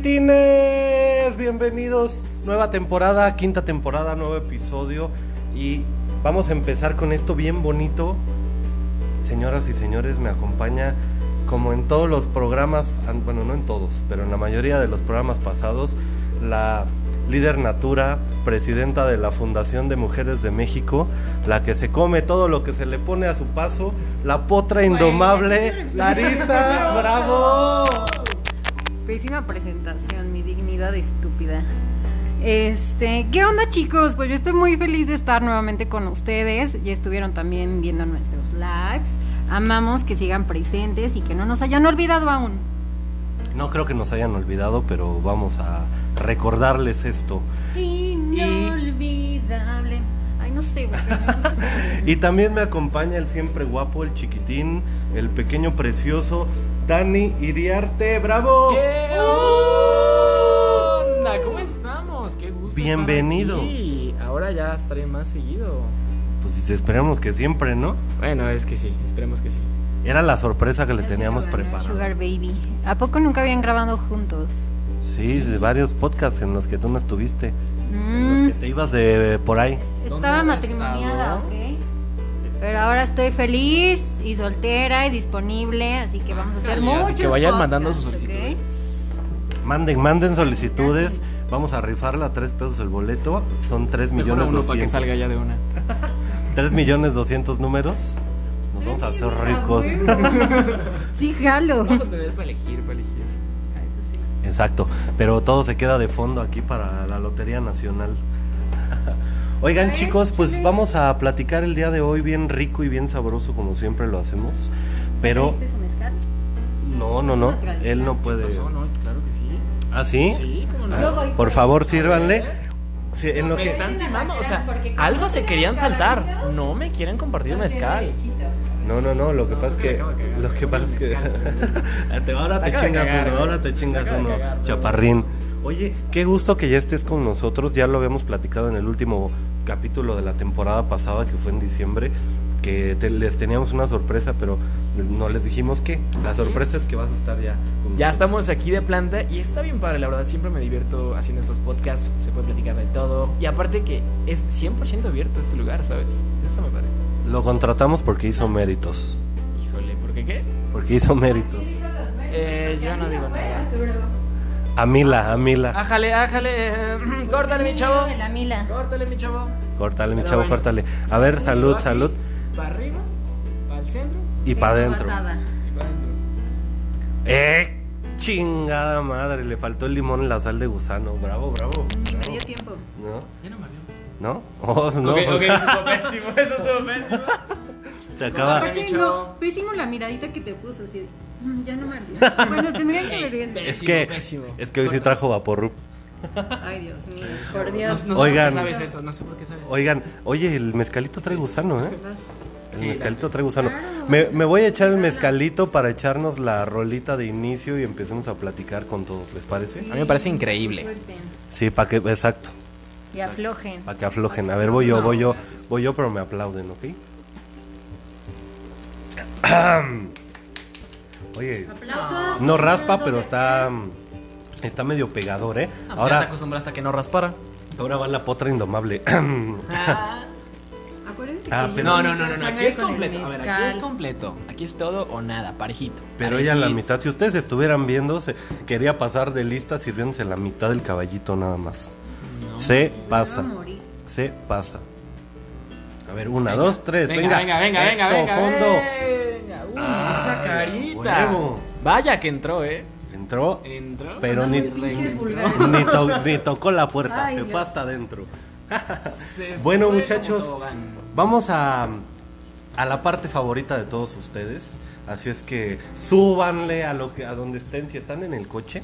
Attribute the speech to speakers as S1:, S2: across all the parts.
S1: Chiquitines, bienvenidos. Nueva temporada, quinta temporada, nuevo episodio. Y vamos a empezar con esto bien bonito. Señoras y señores, me acompaña como en todos los programas, an- bueno, no en todos, pero en la mayoría de los programas pasados, la líder natura, presidenta de la Fundación de Mujeres de México, la que se come todo lo que se le pone a su paso, la potra indomable, Larisa, bravo.
S2: Pésima presentación, mi dignidad estúpida. Este, ¿qué onda chicos? Pues yo estoy muy feliz de estar nuevamente con ustedes. Ya estuvieron también viendo nuestros lives. Amamos que sigan presentes y que no nos hayan olvidado aún.
S1: No creo que nos hayan olvidado, pero vamos a recordarles esto.
S2: Inolvidable. Ay, no sé, güey. pero me gusta esa
S1: Y también me acompaña el siempre guapo, el chiquitín, el pequeño precioso, Dani Iriarte. ¡Bravo! Uh.
S3: ¿Qué onda? ¿Cómo estamos? Qué gusto. estar
S1: Bienvenido.
S3: aquí. Ahora ya estaré más seguido.
S1: Pues esperemos que siempre, ¿no?
S3: Bueno, es que sí, esperemos que sí.
S1: Era la sorpresa que le
S2: canción.
S1: teníamos
S2: Ya se la ganó Sugar
S1: preparada.
S2: Baby. ¿A poco nunca habían grabado juntos?
S1: Sí, de varios podcasts en los que tú no estuviste. En
S2: Mm.
S1: los que te ibas de por ahí.
S2: Estaba
S3: había
S2: matrimoniada,
S3: estado?
S2: ¿ok? Pero ahora estoy feliz y soltera y disponible, así
S3: Ah,
S2: que vamos a hacer
S3: Así
S2: muchos
S3: que vayan
S2: podcasts,
S3: mandando sus
S2: ¿ok?
S3: solicitudes.
S1: Manden, manden solicitudes. Vamos a rifarla a tres pesos el boleto. Son tres
S3: Mejor a
S1: millones
S3: uno para que
S1: doscientos.
S3: salga ya de una.
S1: 3 millones 200 números. Nos vamos a hacer ricos.
S2: Sí, jalo.
S3: Vamos a tener para elegir, para elegir.
S1: Exacto. Pero todo se queda de fondo aquí para la Lotería Nacional. Oigan chicos, pues vamos a platicar el día de hoy bien rico y bien sabroso como siempre lo hacemos. Pero
S2: ¿Este es un mezcal?
S1: no, no, no.
S2: una tradición.
S1: Él no
S3: ¿Qué
S1: puede.
S3: pasó? No, claro que sí.
S1: ¿Ah, sí?
S3: Sí, cómo
S1: Ah,
S2: Yo
S3: no.
S2: voy.
S1: por favor, sírvanle. Sí, en lo
S3: Me
S1: que-
S3: están timando, o sea,
S2: Porque como
S3: algo se
S2: tienen
S3: querían saltar.
S2: calaverita,
S3: No me quieren compartir
S2: va a ser
S3: mezcal.
S2: derechito.
S1: No, no, no, lo que pasa es que.
S3: acabo de cagar,
S1: Lo que
S3: me
S1: pasa es que.
S3: acabo de
S1: Te- ahora te
S3: acabo de
S1: chingas
S3: cagar,
S1: uno,
S3: güey.
S1: ahora te chingas
S3: acabo de
S1: uno,
S3: cagar, güey.
S1: chaparrín. Oye, qué gusto que ya estés con nosotros. Ya lo habíamos platicado en el último capítulo de la temporada pasada, que fue en diciembre, que te- les teníamos una sorpresa, pero no les dijimos que. La
S3: Así
S1: sorpresa
S3: es.
S1: es que vas a estar ya. con
S3: Ya
S1: nosotros.
S3: estamos aquí de planta y está bien padre, la verdad. Siempre me divierto haciendo estos podcasts, se puede platicar de todo. Y aparte que es 100% abierto este lugar, ¿sabes? Eso está muy padre.
S1: Lo contratamos porque hizo méritos.
S3: Híjole, ¿por qué qué?
S1: Porque hizo méritos.
S3: Eh, yo no digo nada.
S1: A Mila, a Mila.
S3: Ájale, ájale. eh, Córtale, mi chavo.
S2: Pues De la mila.
S3: Córtale, mi chavo.
S1: Córtale, mi
S3: Pero
S1: chavo,
S3: bueno.
S1: córtale. A ver, salud,
S3: Aquí,
S1: salud.
S3: Para arriba, para el centro
S1: Y para adentro.
S2: Patada.
S3: y para adentro.
S1: ¡Eh! Chingada madre, le faltó el limón y la sal de gusano. Bravo, bravo.
S2: Ni
S1: bravo.
S2: medio tiempo.
S1: ¿No?
S3: Ya no me veo.
S1: ¿No? Oh, no.
S3: ok, ok, eso estuvo pésimo, eso estuvo pésimo.
S1: Te acaba.
S3: Ay,
S2: Aparte,
S3: chavo.
S2: no, pésimo la miradita que te puso, así. "Mm, Ya no me ardió. Bueno, tendrían que ver bien.
S1: Es que,
S3: Pésimo, pésimo.
S1: es que hoy sí trajo Vaporrup.
S2: Ay, Dios mío, por Dios.
S3: No, no
S1: Oigan.
S3: sé por qué sabes eso, no sé por qué sabes.
S1: Oigan, oye, el mezcalito trae gusano, ¿eh?
S2: Vas.
S1: El
S3: Sí,
S1: mezcalito trae gusano. Me, me voy a echar el mezcalito para echarnos la rolita de inicio y empecemos a platicar con todos, ¿les parece?
S3: A mí me parece increíble.
S2: Suelten
S1: Sí, para que, exacto,
S2: Y aflojen.
S1: para que aflojen. A ver, voy yo, voy yo, voy yo, pero me aplauden, ¿ok? Oye,
S2: Aplausos.
S1: No raspa, pero está está medio pegador, ¿eh?
S3: Ahora Ah, pues te
S1: Ahora,
S3: acostumbraste a que no raspara.
S1: ahora va la potra indomable.
S2: Acuérdense que
S1: Ah,
S2: yo
S1: pero-
S3: No, no, no, no, no,
S2: sangre
S3: aquí es
S2: con el
S3: completo. A ver, aquí es
S2: mezcal.
S3: completo. Aquí es todo o nada, parejito.
S1: Pero ella la
S3: parejito.
S1: mitad, si ustedes estuvieran viendo, se- quería pasar de lista sirviéndose la mitad del caballito nada más.
S3: No.
S1: Se
S2: Me
S1: pasa,
S2: voy a morir.
S1: se pasa. A ver, una,
S3: Venga,
S1: dos, tres, venga.
S3: Venga, venga, venga, venga,
S1: Eso,
S3: venga. eh.
S1: fondo.
S3: venga. Uy, esa
S1: Ay,
S3: carita.
S1: huevo.
S3: Vaya que entró, eh.
S1: Entró,
S3: Entró.
S1: pero ni,
S2: Muy pinches vulgares.
S1: ni, to- ni tocó la puerta,
S2: Ay,
S1: se
S2: Dios.
S1: fue hasta adentro.
S3: Se
S1: Bueno,
S3: fue
S1: muchachos.
S3: como tobogán.
S1: Vamos a, a la parte favorita de todos ustedes. Así es que súbanle a, lo que, a donde estén. Si están en el coche,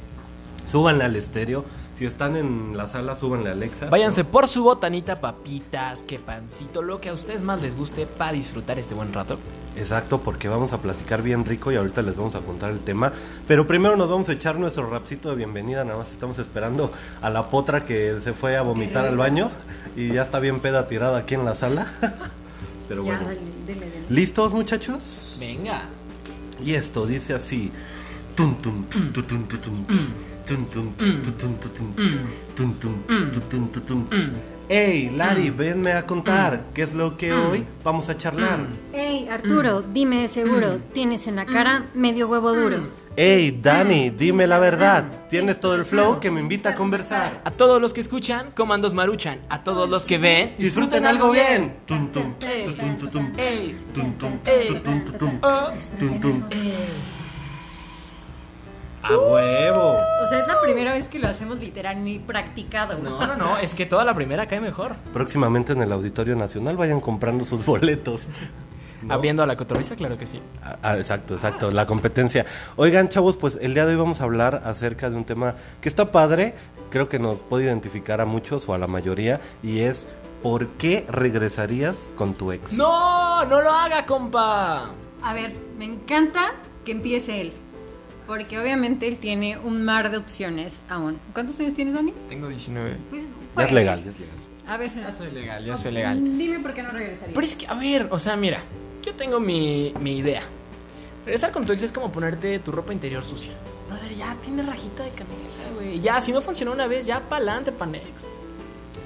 S1: súbanle al estéreo. Si están en la sala, súbanle a Alexa.
S3: Váyanse por su botanita, papitas, que pancito, lo que a ustedes más les guste para disfrutar este buen rato.
S1: Exacto, porque vamos a platicar bien rico y ahorita les vamos a contar el tema. Pero primero nos vamos a echar nuestro rapcito de bienvenida. Nada más estamos esperando a la potra que se fue a vomitar al baño y ya está bien peda tirada aquí en la sala. Pero
S2: Ya,
S1: bueno.
S2: dale, dele, dele.
S1: ¿Listos, muchachos?
S3: Venga.
S1: Y esto dice así. Tum, tum, tum, tum, tum, tum, tum. Tun, tun, tun, tun, tun, tun, tun, tun, tun, tun, tun, tun. Ey, Lari, venme a contar qué es lo que hoy vamos a charlar.
S2: Ey, Arturo,
S1: Mm.
S2: dime de seguro, tienes en la cara medio huevo duro.
S1: Ey, Dani, dime la verdad. Tienes todo el flow que me invita a conversar.
S3: A todos los que escuchan, comandos maruchan. A todos los que ven,
S1: Disfruten algo bien. Tun, tun,
S3: Ey,
S1: tun, tun, tun, tun.
S3: ey,
S1: Tun, tun,
S3: ey,
S1: tun, tun, tun, tun.
S3: oh.
S1: Tun, tun. A huevo.
S2: O sea, es la primera vez que lo hacemos literal ni practicado.
S3: No, no, no, es que toda la primera cae mejor.
S1: Próximamente en el Auditorio Nacional vayan comprando sus boletos.
S3: Abriendo a la cotorriza, claro que sí.
S1: Ah, ah, exacto, exacto, la competencia. Oigan, chavos, pues el día de hoy vamos a hablar acerca de un tema que está padre, creo que nos puede identificar a muchos o a la mayoría, y es ¿por qué regresarías con tu ex?
S3: ¡No! ¡No lo haga, compa!
S2: A ver, me encanta que empiece él. Porque obviamente él tiene un mar de opciones aún. ¿Cuántos años tienes, Dani?
S3: Tengo 19.
S2: Pues,
S1: Ya
S2: bueno.
S1: es legal, ya es legal.
S2: A ver,
S3: Ya soy legal, ya soy legal.
S2: Dime por qué no regresarías.
S3: Pero es que, a ver, o sea, mira, yo tengo mi, mi idea. Regresar con tu ex es como ponerte tu ropa interior sucia. Brother, ya tiene rajita de canela, güey. Ya, si no funcionó una vez, ya pa'lante pa' next.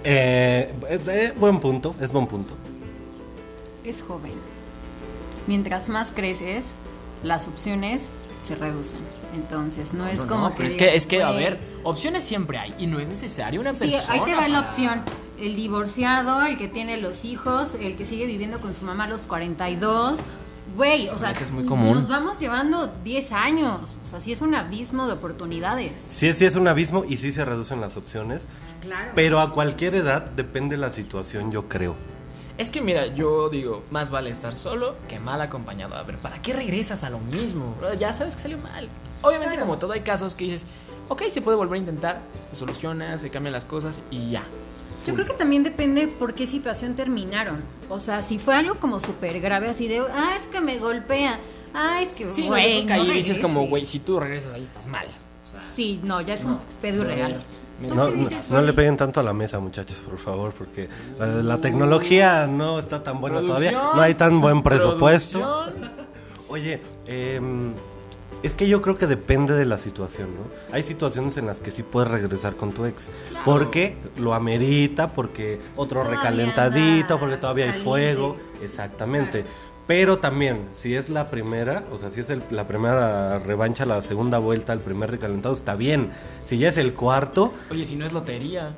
S1: Eh, eh, eh, buen punto, es buen punto.
S2: Es joven. Mientras más creces, las opciones se reducen. Entonces, no, es
S3: No,
S2: como
S3: no,
S2: que.
S3: pero es
S2: digas,
S3: que, es que, a
S2: "Güey,
S3: ver, opciones siempre hay y no es necesario una
S2: Sí,
S3: persona.
S2: ahí te va la
S3: para-
S2: opción. El divorciado, el que tiene los hijos, el que sigue viviendo con su mamá a los 42. Güey, o sea,
S3: Ese es muy común.
S2: nos vamos llevando 10 años. O sea, sí es un abismo de oportunidades.
S1: Sí, sí es un abismo y sí se reducen las opciones,
S2: Claro.
S1: pero a cualquier edad depende la situación, yo creo.
S3: Es que mira, yo digo, más vale estar solo que mal acompañado. A ver, ¿para qué regresas a lo mismo? Bro, Ya sabes que salió mal. Obviamente,
S2: Claro.
S3: como todo, hay casos que dices, ok, se puede volver a intentar, se soluciona, se cambian las cosas y ya.
S2: Yo creo que también depende por qué situación terminaron. O sea, si fue algo como súper grave, así de, ah, es que me golpea. Ah, es que,
S3: Sí, no, yo
S2: güey,
S3: creo que ahí
S2: no
S3: dices
S2: regreses".
S3: como, güey, si tú regresas ahí estás mal. O sea,
S2: Sí, no, ya es un
S3: No,
S2: pedo
S3: no,
S2: irreal.
S3: no,
S2: Tú
S1: No,
S2: sí
S1: no,
S2: dices,
S1: no le
S2: "Güey,
S1: peguen tanto a la mesa, muchachos, por favor, porque la, la tecnología no está tan buena todavía.
S3: Producción,
S1: No hay tan buen presupuesto.
S3: producción.
S1: Oye, em, es que yo creo que depende de la situación, ¿no? Hay situaciones en las que sí puedes regresar con tu ex. Porque lo amerita, porque otro
S2: Todavía
S1: recalentadito,
S2: anda
S1: porque todavía hay
S2: caliente.
S1: fuego. Exactamente. Pero también, si es la primera, o sea, si es el- la primera revancha, la segunda vuelta, el primer recalentado, está bien. Si ya es el cuarto,
S3: Oye, si no es lotería.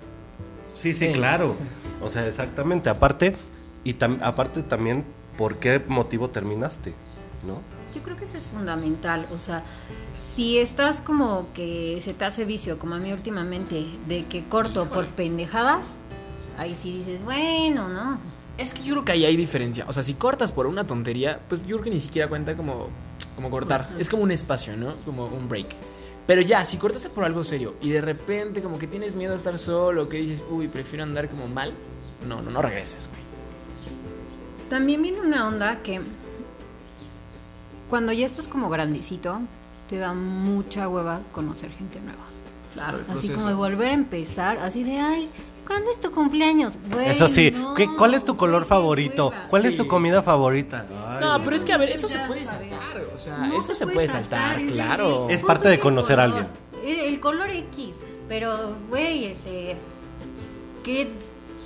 S1: Sí, sí,
S3: Sí.
S1: claro. O sea, exactamente. Aparte, y tam- aparte también, ¿por qué motivo terminaste? ¿No?
S2: Yo creo que eso es fundamental, o sea, si estás como que se te hace vicio, como a mí últimamente, de que corto por pendejadas, ahí sí dices, bueno, ¿no?
S3: Es que yo creo que ahí hay diferencia. O sea, si cortas por una tontería, pues yo creo que ni siquiera cuenta como, como cortar. Es como un espacio, ¿no? Como un break. Pero ya, si cortaste por algo serio y de repente como que tienes miedo a estar solo, que dices, uy, prefiero andar como mal, no, no, no regreses, güey.
S2: También viene una onda que cuando ya estás como grandecito, te da mucha hueva conocer gente nueva.
S3: Claro, el
S2: Así como de volver a empezar, así de, ay, ¿cuándo es tu cumpleaños?
S1: Eso sí.
S2: Bueno,
S1: ¿Qué- ¿Cuál es tu color
S2: qué
S1: favorito?
S2: hueva.
S1: ¿Cuál
S3: Sí.
S1: es tu comida favorita? Ay,
S3: No, pero es que a ver, eso se
S2: Ya
S3: puede
S2: sabes.
S3: saltar, o sea,
S2: No
S3: eso
S2: te
S3: se
S2: puedes
S3: puede saltar,
S2: es de,
S3: claro.
S2: "Güey,
S1: Es parte de
S2: ponte el
S1: conocer a
S2: color, eh, El color X, pero, güey, este, ¿qué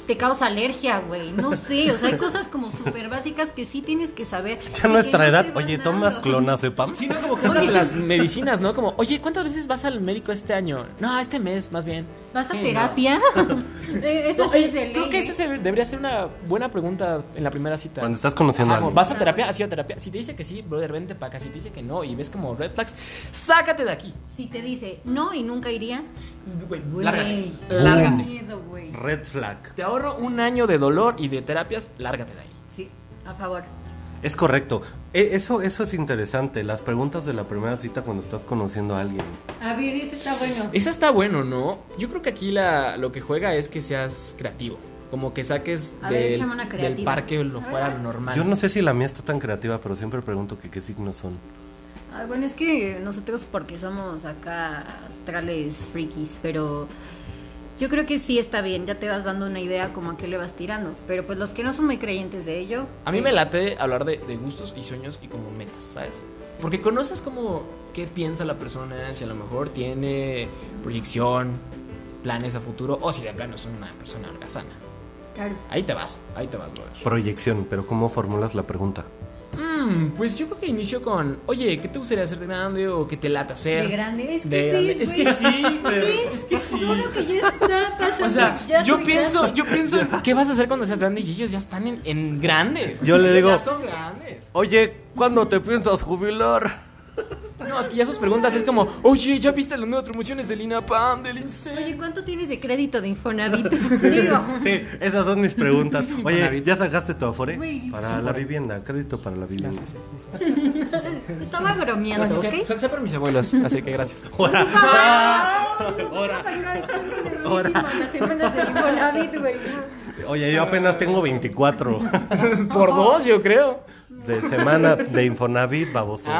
S2: te causa alergia, güey? No sé, o sea, hay cosas como súper básicas que sí tienes que saber. y
S1: Ya
S2: que
S1: nuestra
S2: no
S1: edad.
S2: se van
S1: Oye,
S2: dando.
S1: ¿tomas clonazepam?
S3: Sí, no, como que unas de las medicinas, ¿no? Como, oye, ¿cuántas veces vas al médico este año? No, este mes, más bien.
S2: ¿Vas a
S3: Sí, no.
S2: terapia? Eh, Eso
S3: No,
S2: sí
S3: oye,
S2: es de ley.
S3: creo que
S2: ¿eh?
S3: esa se- debería ser una buena pregunta en la primera cita.
S1: Cuando estás conociendo a
S3: Ajá,
S1: alguien.
S3: ¿Vas a terapia? ¿Has ido a terapia? Si te dice que sí, brother, vente para acá. Si te dice que no y ves como red flags, sácate de aquí.
S2: Si te dice no y nunca iría,
S3: Güey,
S2: güey,
S3: lárgate.
S2: qué
S3: Lárgate.
S2: miedo, güey.
S1: Red flag.
S3: Te ahorro un año de dolor y de terapias, lárgate de ahí.
S2: Sí, a favor.
S1: Es correcto. E- eso, eso es interesante. Las preguntas de la primera cita cuando estás conociendo a alguien.
S2: A ver, ese está bueno.
S3: Esa está bueno, ¿no? Yo creo que aquí la, lo que juega es que seas creativo. Como que saques
S2: A ver,
S3: del,
S2: échame una
S3: del
S2: creativa.
S3: parque lo
S2: A ver,
S3: fuera
S2: a
S3: lo
S2: ver.
S3: normal.
S1: Yo no sé si la mía está tan creativa, pero siempre pregunto que qué signos son.
S2: Ay, Ah, bueno, es que nosotros porque somos acá astrales frikis, pero Yo creo que sí está bien, ya te vas dando una idea como a qué le vas tirando. Pero pues los que no son muy creyentes de ello.
S3: A mí
S2: eh,
S3: me late hablar de, de gustos y sueños y como metas, ¿sabes? Porque conoces como qué piensa la persona, si a lo mejor tiene proyección, planes a futuro, o si de plano es una persona holgazana.
S2: Claro.
S3: Ahí te vas, ahí te vas, brother.
S1: Proyección, pero ¿cómo formulas la pregunta?
S3: Mm, pues yo creo que inicio con, oye, ¿qué te gustaría hacer de grande o qué te late hacer?
S2: De grande. Es que,
S3: De grande.
S2: ves,
S3: Es
S2: güey,
S3: que sí, pero es que sí.
S2: juro que ya está pasando.
S3: O sea,
S2: ya
S3: yo
S2: soy
S3: pienso, yo pienso, en ¿qué vas a hacer cuando seas grande? Y ellos ya están en, en grande.
S1: Yo le digo-
S3: Ya son grandes.
S1: Oye, ¿cuándo te piensas jubilar?
S3: No, es que ya sus preguntas es como, oye, ¿ya viste las nuevas promociones del INAPAM, del INSEE?
S2: Oye, ¿cuánto tienes de crédito de Infonavit? Digo.
S1: Sí, esas son mis preguntas. Oye,
S3: Infonavit.
S1: ¿ya sacaste tu afore?
S2: Güey,
S1: Para la
S3: Afore.
S1: vivienda, crédito para la vivienda.
S3: Gracias, gracias.
S2: Estaba bromeando, ¿ok?
S3: Son sepan mis abuelos, así que gracias.
S1: Ahora,
S2: Ahora. Ahora. Las semanas de Infonavit, güey.
S1: Oye, yo apenas tengo 24
S3: Por dos, yo creo.
S1: de semana de Infonavit, baboso.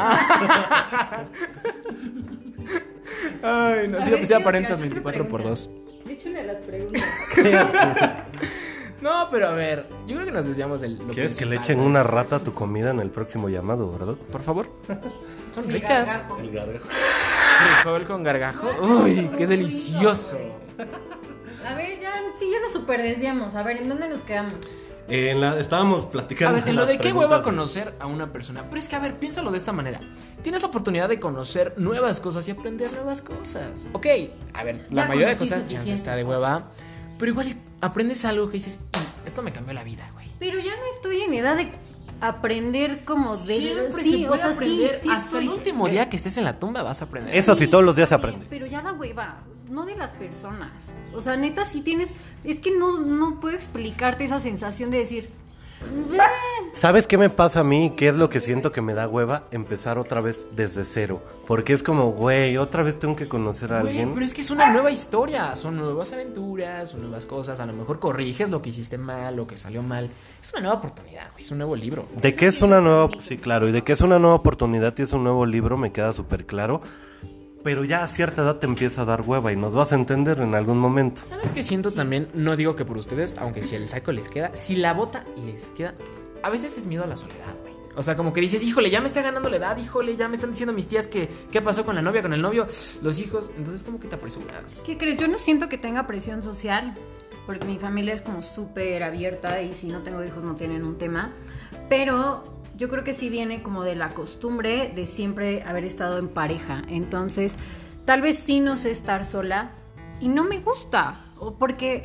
S3: Ay, no.
S2: A
S3: Sí,
S2: ver,
S3: pues ya
S2: ¿qué
S3: aparentas
S2: otra
S3: 24 por
S2: pregunta?
S3: dos.
S2: De hecho, una de las preguntas.
S3: No, pero a ver, yo creo que nos desviamos del. lo
S1: ¿Quieres que le
S3: principal,
S1: echen
S3: ¿no?
S1: una rata a tu comida en el próximo llamado, verdad?
S3: Por favor. Son
S2: El
S3: ricas.
S2: gargajo.
S3: Frijol con gargajo. Uy, qué delicioso.
S2: A ver, ya, sí, ya nos super desviamos. A ver, ¿en dónde nos quedamos?
S1: Eh, en la- estábamos
S3: A
S1: platicando.
S3: ver, en lo
S1: las
S3: de qué
S1: preguntas
S3: huevo a conocer a una persona. Pero es que, a ver, piénsalo de esta manera. Tienes la oportunidad de conocer nuevas cosas y aprender nuevas cosas. Ok, a ver, la
S2: Ya
S3: mayoría de
S2: conocí
S3: cosas chance
S2: suficientes
S3: está de hueva. Pero igual aprendes algo que dices, "Mm, esto me cambió la vida, güey.
S2: Pero ya no estoy en edad de aprender como de.
S3: Siempre
S2: sí,
S3: se puede
S2: o sea, sí,
S3: aprender.
S2: sí
S3: Hasta el
S2: estoy. Eh.
S3: último día que estés en la tumba vas a aprender.
S1: Eso sí, todos los días se
S2: está bien,
S1: aprende.
S2: Pero ya la hueva, no de las personas. O sea, neta, si tienes. Es que no, no puedo explicarte esa sensación de decir. "Bleh".
S1: ¿Sabes qué me pasa a mí? ¿Qué es lo que siento que me da hueva? Empezar otra vez desde cero. Porque es como, güey, otra vez tengo que conocer a
S3: Güey,
S1: alguien.
S3: pero es que es una nueva historia, son nuevas aventuras, son nuevas cosas, a lo mejor corriges lo que hiciste mal, lo que salió mal. Es una nueva oportunidad, güey, es un nuevo libro.
S1: De que es una nueva, sí, claro, y de que es una nueva oportunidad y es un nuevo libro, me queda súper claro. Pero ya a cierta edad te empieza a dar hueva y nos vas a entender en algún momento.
S3: ¿Sabes qué siento también? No digo que por ustedes, aunque si el saco les queda, si la bota les queda, a veces es miedo a la soledad, güey. O sea, como que dices, híjole, ya me está ganando la edad, híjole, ya me están diciendo mis tías que qué pasó con la novia, con el novio, los hijos. Entonces, como que te apresuras.
S2: ¿Qué crees? Yo no siento que tenga presión social, porque mi familia es como súper abierta y si no tengo hijos no tienen un tema. Pero yo creo que sí viene como de la costumbre de siempre haber estado en pareja. Entonces, tal vez sí no sé estar sola y no me gusta. O porque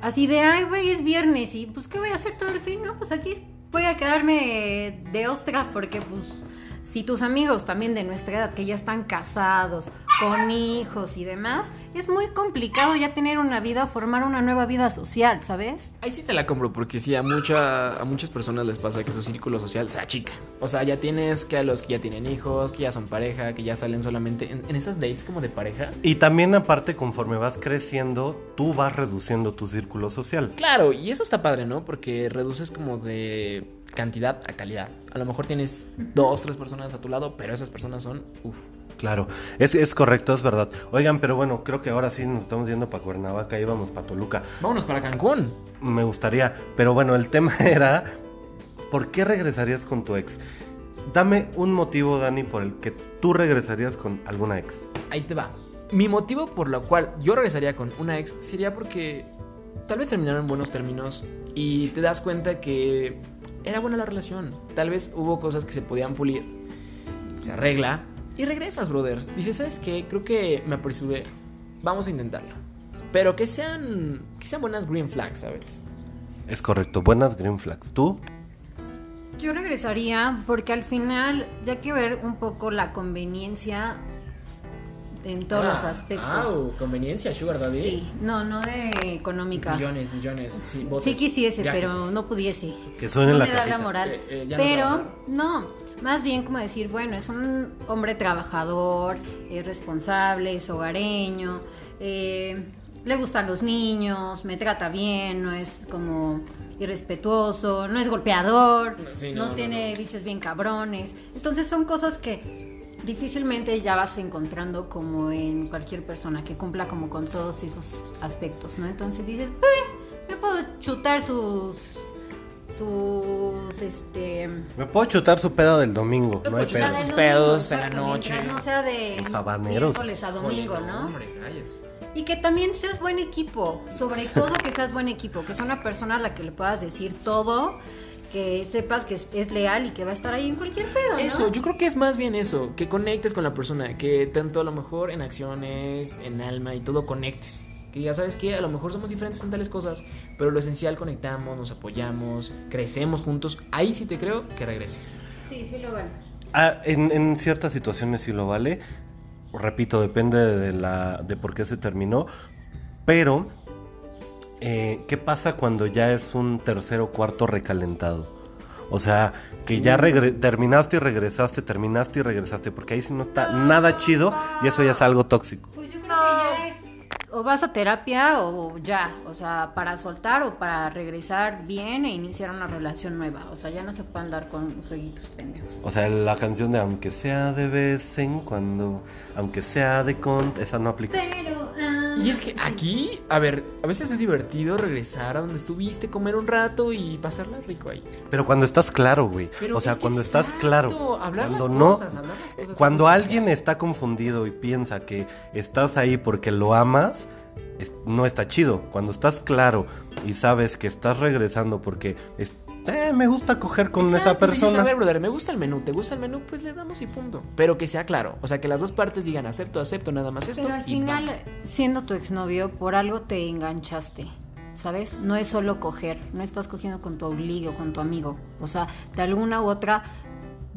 S2: así de, ay, güey, es viernes y pues, ¿qué voy a hacer todo el fin? No, pues aquí voy a quedarme de ostra porque pues... Si tus amigos también de nuestra edad que ya están casados, con hijos y demás, es muy complicado ya tener una vida, formar una nueva vida social, ¿sabes?
S3: Ahí sí te la compro, porque sí, a, mucha, a muchas personas les pasa que su círculo social se achica. O sea, ya tienes que a los que ya tienen hijos, que ya son pareja, que ya salen solamente en, en esas dates como de pareja.
S1: Y también aparte, conforme vas creciendo, tú vas reduciendo tu círculo social.
S3: Claro, y eso está padre, ¿no? Porque reduces como de cantidad a calidad. A lo mejor tienes dos, tres personas a tu lado, pero esas personas son, uff.
S1: Claro, es, es correcto, es verdad. Oigan, pero bueno, creo que ahora sí nos estamos yendo para Cuernavaca, íbamos para Toluca.
S3: Vámonos para Cancún.
S1: Me gustaría, pero bueno, el tema era, ¿por qué regresarías con tu ex? Dame un motivo, Dani, por el que tú regresarías con alguna ex.
S3: Ahí te va. Mi motivo por lo cual yo regresaría con una ex sería porque tal vez terminaron en buenos términos y te das cuenta que era buena la relación. Tal vez hubo cosas que se podían pulir. Se arregla y regresas, brother. Dices, ¿sabes qué? Creo que me apresuré. Vamos a intentarlo. Pero que sean, que sean buenas green flags, ¿sabes?
S1: Es correcto, buenas green flags. ¿Tú?
S2: Yo regresaría porque al final ya hay que ver un poco la conveniencia en todos los
S3: Ah,
S2: aspectos.
S3: au, conveniencia, Sugar Daddy.
S2: sí, no, no de económica.
S3: Millones, millones. Sí, botes,
S2: Sí quisiese,
S3: viajes.
S2: pero no pudiese.
S1: Que suene
S2: no
S1: la
S2: me da
S1: cajita.
S2: la moral.
S3: Eh, eh, ya no
S2: pero
S3: trabaja.
S2: no, más bien como decir, bueno, es un hombre trabajador, es responsable, es hogareño, eh, le gustan los niños, me trata bien, no es como irrespetuoso, no es golpeador,
S3: Sí, no,
S2: no,
S3: no,
S2: tiene vicios bien cabrones. Entonces son cosas que difícilmente ya vas encontrando como en cualquier persona que cumpla como con todos esos aspectos, ¿no? Entonces dices, "Pues, me puedo chutar sus sus este
S1: Me puedo chutar su pedo del domingo,
S3: Me
S1: no hay
S3: puedo chutar
S1: pedo.
S3: sus
S2: del
S3: pedos en la
S2: exacto,
S3: noche.
S2: mientras no sea de
S1: Los habaneros.
S2: miércoles a domingo,
S3: Joder,
S2: ¿no?
S3: Hombre, calles.
S2: Y que también seas buen equipo, sobre todo que seas buen equipo, que sea una persona a la que le puedas decir todo, que sepas que es, es leal y que va a estar ahí en cualquier pedo, ¿no?
S3: Eso, yo creo que es más bien eso, que conectes con la persona, que tanto a lo mejor en acciones, en alma y todo conectes. Que ya sabes que a lo mejor somos diferentes en tales cosas, pero lo esencial conectamos, nos apoyamos, crecemos juntos. Ahí sí te creo que regreses.
S2: Sí, sí lo van.
S1: Ah, en, en ciertas situaciones sí lo vale. Repito, depende de la de por qué se terminó. Pero, eh, ¿qué pasa cuando ya es un tercer o cuarto recalentado? O sea, que
S3: Mm.
S1: ya regre- terminaste y regresaste, terminaste y regresaste, porque ahí sí no
S3: Ah,
S1: está nada chido y eso ya es algo tóxico.
S2: Pues yo creo que ya es. O vas a terapia o ya, o sea, para soltar o para regresar bien e iniciar una relación nueva. O sea, ya no se puede andar con jueguitos pendejos.
S1: O sea, la canción de aunque sea de vez en cuando, aunque sea de con, esa no aplica.
S2: Pero. ah,
S3: Y es que aquí, a ver, a veces es divertido regresar a donde estuviste, comer un rato y pasarla rico ahí.
S1: Pero cuando estás claro, güey.
S3: Pero
S1: O sea,
S3: es que
S1: cuando estás
S3: exacto,
S1: claro.
S3: hablar las
S1: cuando
S3: cosas, hablar las cosas,
S1: cuando
S3: cosas
S1: alguien está confundido y piensa que estás ahí porque lo amas, es- no está chido. Cuando estás claro y sabes que estás regresando porque es- "Eh, me gusta coger con esa
S3: Exacto, le dices,
S1: persona.
S3: A ver, brother, me gusta el menú, ¿te gusta el menú? Pues le damos y punto. Pero que sea claro. O sea, que las dos partes digan acepto, acepto, nada más esto.
S2: Pero al
S3: y va.
S2: final, siendo tu exnovio, por algo te enganchaste, ¿sabes? No es solo coger, no estás cogiendo con tu obligo, con tu amigo. O sea, de alguna u otra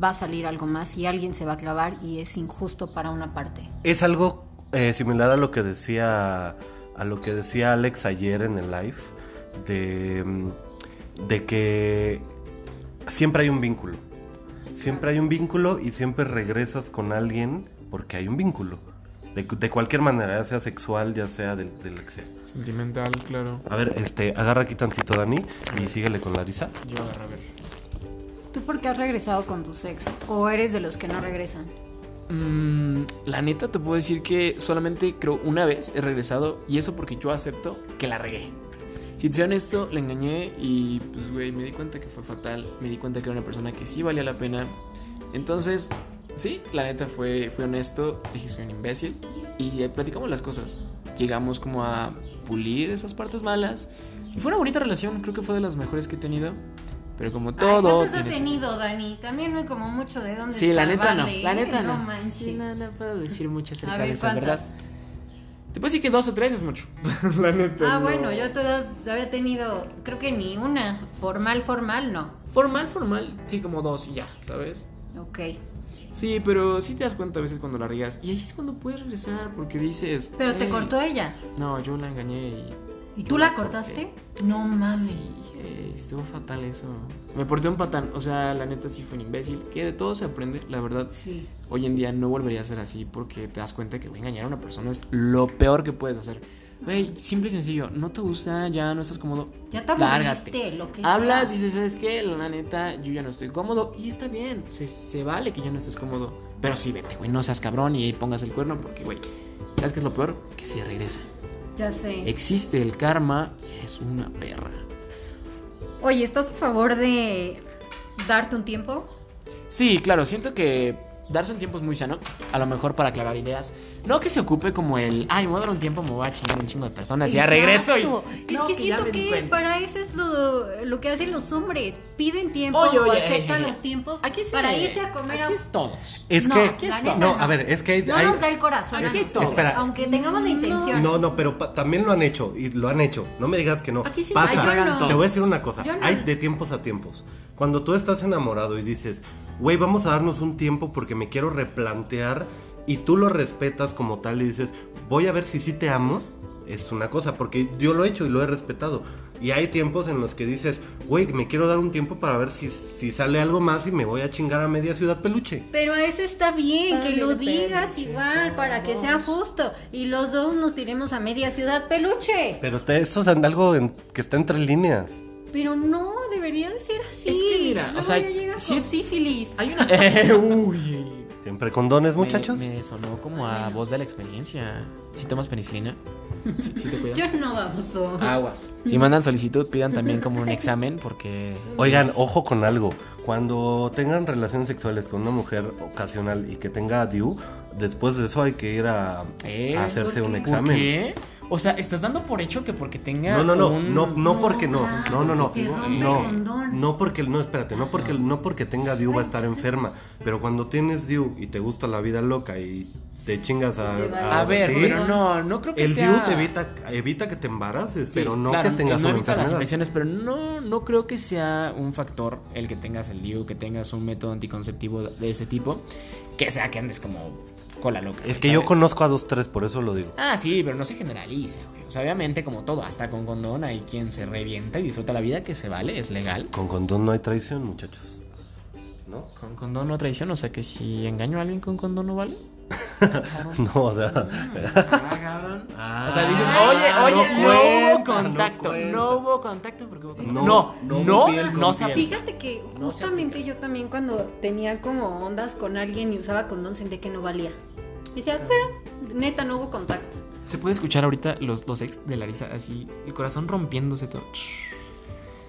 S2: va a salir algo más y alguien se va a clavar y es injusto para una parte.
S1: Es algo eh, similar a lo que decía a lo que decía Alex ayer en el live de mm, de que siempre hay un vínculo. Siempre hay un vínculo y siempre regresas con alguien porque hay un vínculo. De, de cualquier manera, ya sea sexual, ya sea del, del que sea.
S3: Sentimental, claro.
S1: A ver, este, agarra aquí tantito Dani y síguele con Larisa.
S3: Yo agarro, a ver.
S2: ¿Tú por qué has regresado con tu ex? ¿O eres de los que no regresan?
S3: Mm, la neta, te puedo decir que solamente creo una vez he regresado y eso porque yo acepto que la regué. Si te soy honesto, la engañé y pues, güey, me di cuenta que fue fatal. Me di cuenta que era una persona que sí valía la pena. Entonces, sí, la neta fue, fue honesto. Dije, soy un imbécil. Y eh, platicamos las cosas. Llegamos como a pulir esas partes malas. Y fue una bonita relación. Creo que fue de las mejores que he tenido. Pero como todo.
S2: ¿Cuántos has
S3: tiene su-
S2: tenido, Dani? También no hay como mucho de dónde
S3: Sí, la neta no.
S2: escarbarle,
S3: La
S2: ¿eh?
S3: neta no.
S2: No manches.
S3: Sí, no, no puedo decir mucho acerca
S2: A ver,
S3: de eso, en
S2: ¿cuántas?
S3: ¿verdad? Te puedo decir que dos o tres es mucho. la neta.
S2: Ah,
S3: no.
S2: bueno, yo a tu edad había tenido, creo que ni una. Formal, formal, no.
S3: Formal, formal, sí, como dos y ya, ¿sabes?
S2: Ok.
S3: Sí, pero sí te das cuenta a veces cuando la riegas. Y ahí es cuando puedes regresar porque dices.
S2: Pero te
S3: "Ey".
S2: cortó ella.
S3: No, yo la engañé y.
S2: ¿Y
S3: yo
S2: tú la cortaste?
S3: corté.
S2: No mames.
S3: Sí, eh, estuvo fatal eso. Me porté un patán. O sea, la neta sí fue un imbécil. Que de todo se aprende, la verdad.
S2: Sí.
S3: Hoy en día no volvería a ser así porque te das cuenta que güey, engañar a una persona es lo peor que puedes hacer. Güey, simple y sencillo, no te gusta, ya no estás cómodo.
S2: Ya te aburriste,
S3: lárgate.
S2: lo que
S3: Hablas,
S2: sea.
S3: dices, ¿sabes qué? La neta, yo ya no estoy cómodo y está bien, se, se vale que ya no estés cómodo. Pero sí, vete, güey, no seas cabrón y pongas el cuerno porque, güey, ¿sabes qué es lo peor? Que se regresa.
S2: Ya
S3: "Eh".
S2: sé.
S3: Existe el karma y es una perra.
S2: Oye, ¿estás a favor de darte un tiempo?
S3: Sí, claro, siento que darse un tiempo es muy sano, a lo mejor para aclarar ideas. No que se ocupe como el, ay, me voy a dar un tiempo, me voy a chingar un chingo de personas, ya regreso y...
S2: Exacto. Es
S3: No,
S2: que,
S3: ya
S2: siento
S3: me di
S2: que
S3: cuenta.
S2: para eso es lo, lo que hacen los hombres. Piden tiempo
S3: Oye,
S2: o
S3: oye,
S2: aceptan
S3: eh, eh,
S2: los tiempos
S3: Aquí se-
S2: para irse a comer
S3: Aquí
S2: a...
S3: es todos.
S1: Es
S2: No,
S1: que
S2: aquí
S3: está.
S2: la neta
S1: no, a ver, es que hay-
S2: No
S1: hay-
S2: nos da el corazón.
S3: Aquí
S2: a
S3: hay
S2: nosotros,
S1: todo. Espera.
S2: Aunque tengamos la intención.
S1: No, no, pero pa- también lo han hecho y lo han hecho. No me digas que no.
S3: Aquí sí
S1: Pasa.
S2: me cagan Ay, yo no.
S1: Te voy a decir una cosa.
S2: Yo no.
S1: Hay de tiempos a tiempos. Cuando tú estás enamorado y dices, güey, vamos a darnos un tiempo porque me quiero replantear y tú lo respetas como tal y dices, voy a ver si sí te amo. Es una cosa, porque yo lo he hecho y lo he respetado. Y hay tiempos en los que dices, güey, me quiero dar un tiempo para ver si, si sale algo más y me voy a chingar a media ciudad peluche.
S2: Pero eso está bien,
S3: Vale,
S2: que lo
S3: peluche,
S2: digas igual, para que sea
S3: somos.
S2: justo. Y los dos nos tiremos a media ciudad peluche.
S1: Pero está- eso es algo en- que está entre líneas.
S2: Pero no, debería de ser así.
S3: Es que mira, o
S2: Luego
S3: sea,
S2: ya llega
S3: si
S2: con
S3: es-
S2: sífilis.
S3: Hay una... Eh, uy,
S1: Siempre condones,
S3: Me-
S1: muchachos.
S3: Me, sonó como a voz de la experiencia. Si tomas penicilina, si te cuidas.
S4: Yo no, baboso.
S3: Aguas. Si mandan solicitud, pidan también como un examen porque
S1: Oigan, ojo con algo. Cuando tengan relaciones sexuales con una mujer ocasional y que tenga DIU, después de eso hay que ir a,
S3: ¿Eh?
S1: a hacerse
S4: ¿Por
S1: un
S4: qué?
S3: ¿Por
S1: examen.
S3: qué? O sea, estás dando por hecho que porque tenga
S1: No, no, no,
S3: un- Pues
S1: no, no porque no, no, no, no,
S4: Se rompe el
S1: no,
S4: condón.
S1: no porque no, espérate, no porque no porque tenga DIU va a estar enferma, pero cuando tienes DIU y te gusta la vida loca y te chingas a,
S4: Te vale.
S1: a-
S3: A ver,
S1: Ah, sí,
S3: pero no, no creo que
S1: el
S3: sea
S1: DIU te evita evita que te embaraces,
S3: Sí,
S1: pero no
S3: claro,
S1: que tengas
S3: no
S1: una
S3: evita las
S1: enfermedad.
S3: infecciones, pero no, no creo que sea un factor el que tengas el DIU, que tengas un método anticonceptivo de ese tipo, que sea que andes como cola loca.
S1: Es
S3: güey,
S1: que yo
S3: ¿sabes?
S1: conozco a dos tres, por eso lo digo.
S3: Ah, sí, pero no se generaliza, güey. O sea, obviamente, como todo, hasta con condón hay quien se revienta y disfruta la vida, que se vale, es legal.
S1: Con condón no hay traición, muchachos. ¿No?
S3: Con condón no traición, o sea que si engaño a alguien con condón no vale.
S1: No, o sea,
S3: Ah. o sea, dices,
S1: Ah,
S3: oye, oye, no,
S1: no
S3: hubo
S1: cuenta, no
S3: contacto, no,
S1: cuenta.
S3: hubo contacto porque hubo contacto.
S1: No,
S3: No, no,
S1: no
S3: no,
S1: piel con
S3: no se
S1: piel.
S3: aplica.
S2: Fíjate que
S3: No se
S2: justamente yo también cuando tenía como ondas con alguien y usaba condón sentía que no valía. Decía,
S3: Ah.
S2: "Pero, neta, no hubo contacto.
S3: Se puede escuchar ahorita los, los ex de Larisa así, el corazón rompiéndose todo.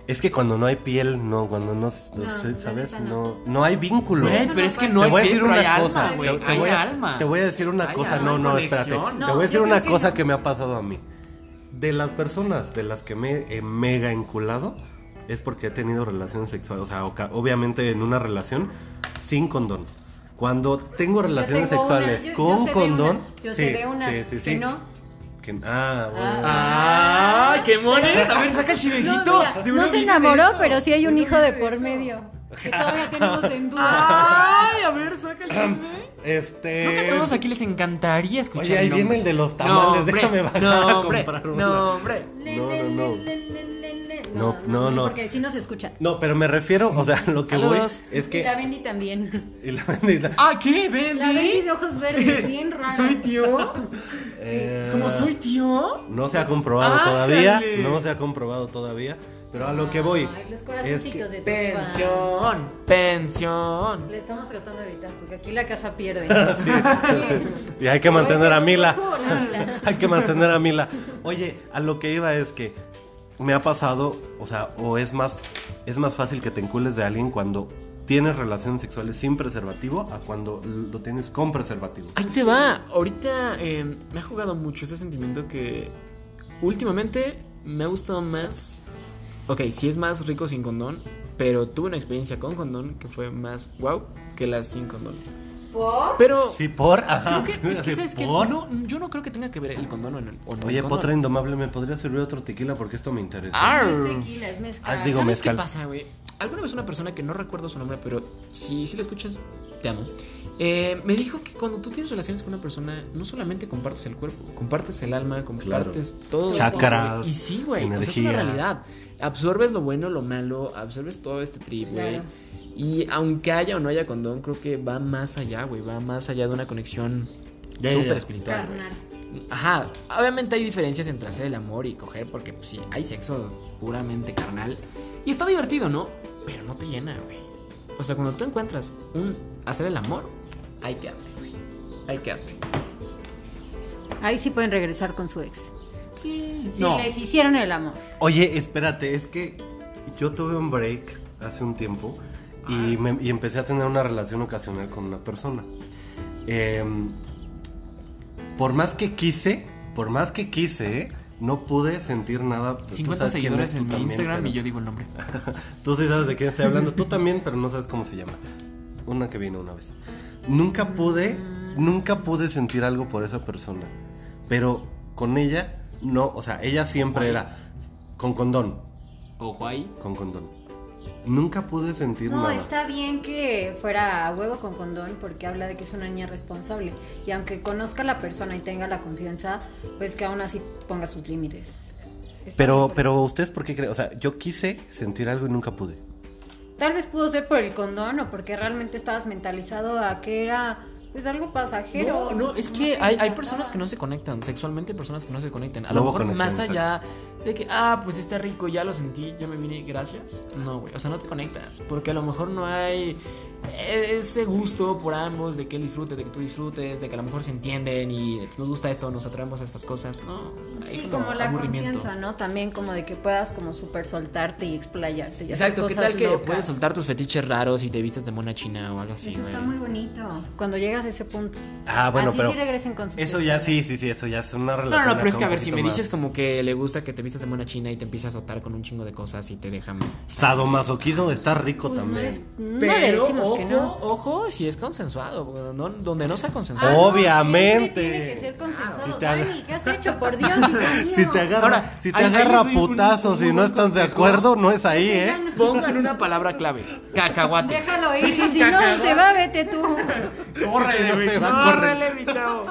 S1: es que cuando no hay piel, no, cuando no,
S2: la
S1: sabes,
S2: neta
S1: no, no hay vínculo.
S3: Güey,
S4: no
S3: pero es que
S4: vale.
S3: no
S1: te
S3: hay
S1: voy a
S3: piel,
S1: decir
S3: pero hay
S1: una
S3: alma,
S1: cosa. te-
S3: güey,
S1: te,
S3: hay
S1: voy a,
S3: alma.
S1: te voy a decir una
S3: Hay
S1: cosa.
S3: alma,
S1: No,
S3: hay
S1: no,
S3: conexión.
S1: espérate. te
S3: No,
S1: voy
S2: yo
S1: a decir una
S2: creo que
S1: cosa
S2: no.
S1: que me ha pasado a mí. De las personas de las que me he mega enculado es porque he tenido relación sexual. O sea, oca- obviamente en una relación sin condón. Cuando tengo relaciones
S4: tengo una,
S1: sexuales
S4: yo- yo
S1: con
S4: sé de
S1: condón,
S4: una, yo sé de una, que no.
S1: Que- ah, bueno.
S3: ¡Ah! ¡Qué
S1: Pues,
S3: mones! A ver, saca el
S4: No,
S3: chismecito.
S4: mira,
S3: De
S4: no
S3: una
S4: se
S3: amiga
S4: enamoró,
S3: de eso.
S4: pero sí hay un hijo de por medio. Que todavía tenemos en duda.
S3: ¡Ay! A ver, saca el chisme.
S1: Este.
S3: Creo que a todos aquí les encantaría escuchar
S1: Oye, ahí
S3: el nombre.
S1: viene el de los tamales,
S3: hombre,
S1: déjame bajar
S3: no,
S1: a
S3: hombre,
S1: comprar una.
S3: No, hombre.
S1: No, no, no.
S4: No,
S1: No, no, no.
S4: Porque si nos escucha.
S1: No, pero me refiero, o sea, lo que
S3: Saludos.
S1: voy es
S4: Y
S1: que.
S4: la Bendy también.
S1: y la bendita.
S3: Ah, ¿qué? ¿Ven?
S4: La Bendy de ojos verdes, bien rara.
S3: ¿Soy tío?
S1: Eh,
S3: ¿Cómo soy tío?
S1: No se ha comprobado
S3: Ándale.
S1: todavía. No se ha comprobado todavía. Pero a lo que voy.
S4: Ay, los
S1: es
S4: corazoncitos
S1: que-
S4: de tus fans.
S3: Pensión, pensión.
S4: Le estamos tratando de evitar, porque aquí la casa pierde.
S1: Sí, sí. Y hay que mantener a Mila.
S4: Ojo, la- la-
S1: Hay que mantener a Mila. Oye, a lo que iba es que me ha pasado, o sea, o es más, es más fácil que te encules de alguien cuando tienes relaciones sexuales sin preservativo a cuando lo tienes con preservativo.
S3: Ahí te va. Ahorita eh, me ha jugado mucho ese sentimiento que últimamente me ha gustado más. Ok, sí es más rico sin condón, pero tuve una experiencia con condón que fue más wow que la sin condón.
S4: ¿Por?
S3: Pero
S1: Sí, por. Ajá.
S3: creo que, es que
S1: Sí,
S3: sabes que
S1: por.
S3: no, yo no creo que tenga que ver el condón o no. o no el
S1: Oye,
S3: condón.
S1: Potra Indomable, ¿me podría servir otro tequila? Porque esto me interesa.
S3: Arr.
S4: No es tequila, es mezcal.
S1: Ah, digo-
S3: ¿Sabes
S1: mezcal.
S3: qué pasa, güey? Alguna vez una persona que no recuerdo su nombre, pero si, si la escuchas, te amo. Eh, me dijo que cuando tú tienes relaciones con una persona, no solamente compartes el cuerpo, compartes el alma, compartes todo.
S1: Chakras,
S3: güey. Y sí, güey. o sea, es una
S1: energía.
S3: realidad. Absorbes lo bueno, lo malo, absorbes todo este trip, güey.
S4: Claro.
S3: Y aunque haya o no haya condón, creo que va más allá, güey. Va más allá de una conexión
S1: Ya, ya, ya.
S3: súper espiritual, güey.
S4: Carnal.
S3: Ajá, obviamente hay diferencias entre hacer el amor y coger, porque pues, sí, hay sexo puramente carnal. Y está divertido, ¿no? Pero no te llena, güey. O sea, cuando tú encuentras un hacer el amor, ahí quédate, güey. Ahí quédate.
S2: Ahí sí pueden regresar con su ex.
S3: Sí,
S2: Si
S3: no.
S2: les hicieron el amor.
S1: Oye, espérate, es que yo tuve un break hace un tiempo y, me- y empecé a tener una relación ocasional con una persona. Em, por más que quise, por más que quise, ¿eh? no pude sentir nada. Pues, tú
S3: 50
S1: sabes quién
S3: seguidores
S1: es tú
S3: en mi
S1: también,
S3: Instagram
S1: pero-
S3: y yo digo el nombre.
S1: Tú sí sabes de quién estoy hablando, tú también, pero no sabes cómo se llama. Una que vino una vez. Nunca pude, nunca pude sentir algo por esa persona. Pero con ella, no, o sea, ella siempre era con condón,
S3: Ojo ahí.
S1: con condón. Nunca pude sentir
S2: No,
S1: nada.
S2: está bien que fuera a huevo con condón porque habla de que es una niña responsable. Y aunque conozca a la persona y tenga la confianza, pues que aún así ponga sus límites. Está bien
S1: Pero,
S2: por
S1: pero ustedes por qué creen, o sea, yo quise sentir algo y nunca pude.
S2: Tal vez pudo ser por el condón o porque realmente estabas mentalizado a que era pues algo pasajero.
S3: No, no, es
S2: te
S3: que hay, hay
S2: encantaba.
S3: personas que no se conectan sexualmente, hay personas que no se conectan. A
S1: No
S3: lo
S1: hubo
S3: mejor
S1: conexión,
S3: más allá De que, ah, pues está rico, ya lo sentí, ya me vine, gracias. No, güey, o sea, no te conectas, porque a lo mejor no hay ese gusto por ambos de que él disfrute, de que tú disfrutes, de que a lo mejor se entienden y nos gusta esto, nos atraemos a estas cosas, ¿no? hay
S2: Sí, como, la confianza, ¿no? También como de que puedas como súper soltarte y explayarte. y hacer
S3: Exacto, ¿qué
S2: cosas
S3: tal que
S2: locas.
S3: puedes soltar tus fetiches raros y te vistas de mona china o algo así?
S2: Eso está
S3: güey?
S2: muy bonito. Cuando llegas a ese punto.
S1: Ah, bueno,
S2: Así
S1: pero.
S2: sí regresen con sus
S1: Eso ya
S2: sexualidades.
S1: sí, sí, sí, eso ya es una relación.
S3: No, no,
S1: acá
S3: pero es que a
S1: un
S3: ver, si me
S1: poquito
S3: dices
S1: más
S3: como que le gusta que te vistas de mona china y te empieza a azotar con un chingo de cosas y te dejan.
S1: Sadomasoquismo está rico
S2: Pues no,
S1: también.
S2: es- no le decimos
S3: ojo,
S2: que no.
S3: ojo, si es consensuado, güey, no- donde no sea
S2: Ah,
S3: consensuado.
S2: no,
S1: Obviamente.
S2: siempre tiene que ser consensuado.
S1: Si te haga-
S2: Dani, ¿qué has hecho? Por Dios, hijo mío.
S1: Si te agarra,
S3: Ahora,
S1: si
S3: ahí-
S1: te
S3: ahí
S1: agarra
S3: les doy un-
S1: putazos
S3: un
S1: y no
S3: buen
S1: están de
S3: consejo.
S1: acuerdo, no es ahí, ¿eh?
S3: Pongan una palabra clave: cacahuate.
S2: Déjalo ir. Y
S3: Dices
S2: si no, él
S3: cacahuate.
S2: se va, vete tú.
S3: Córrele, güey,
S1: Se va,
S3: córrele, mi chavo.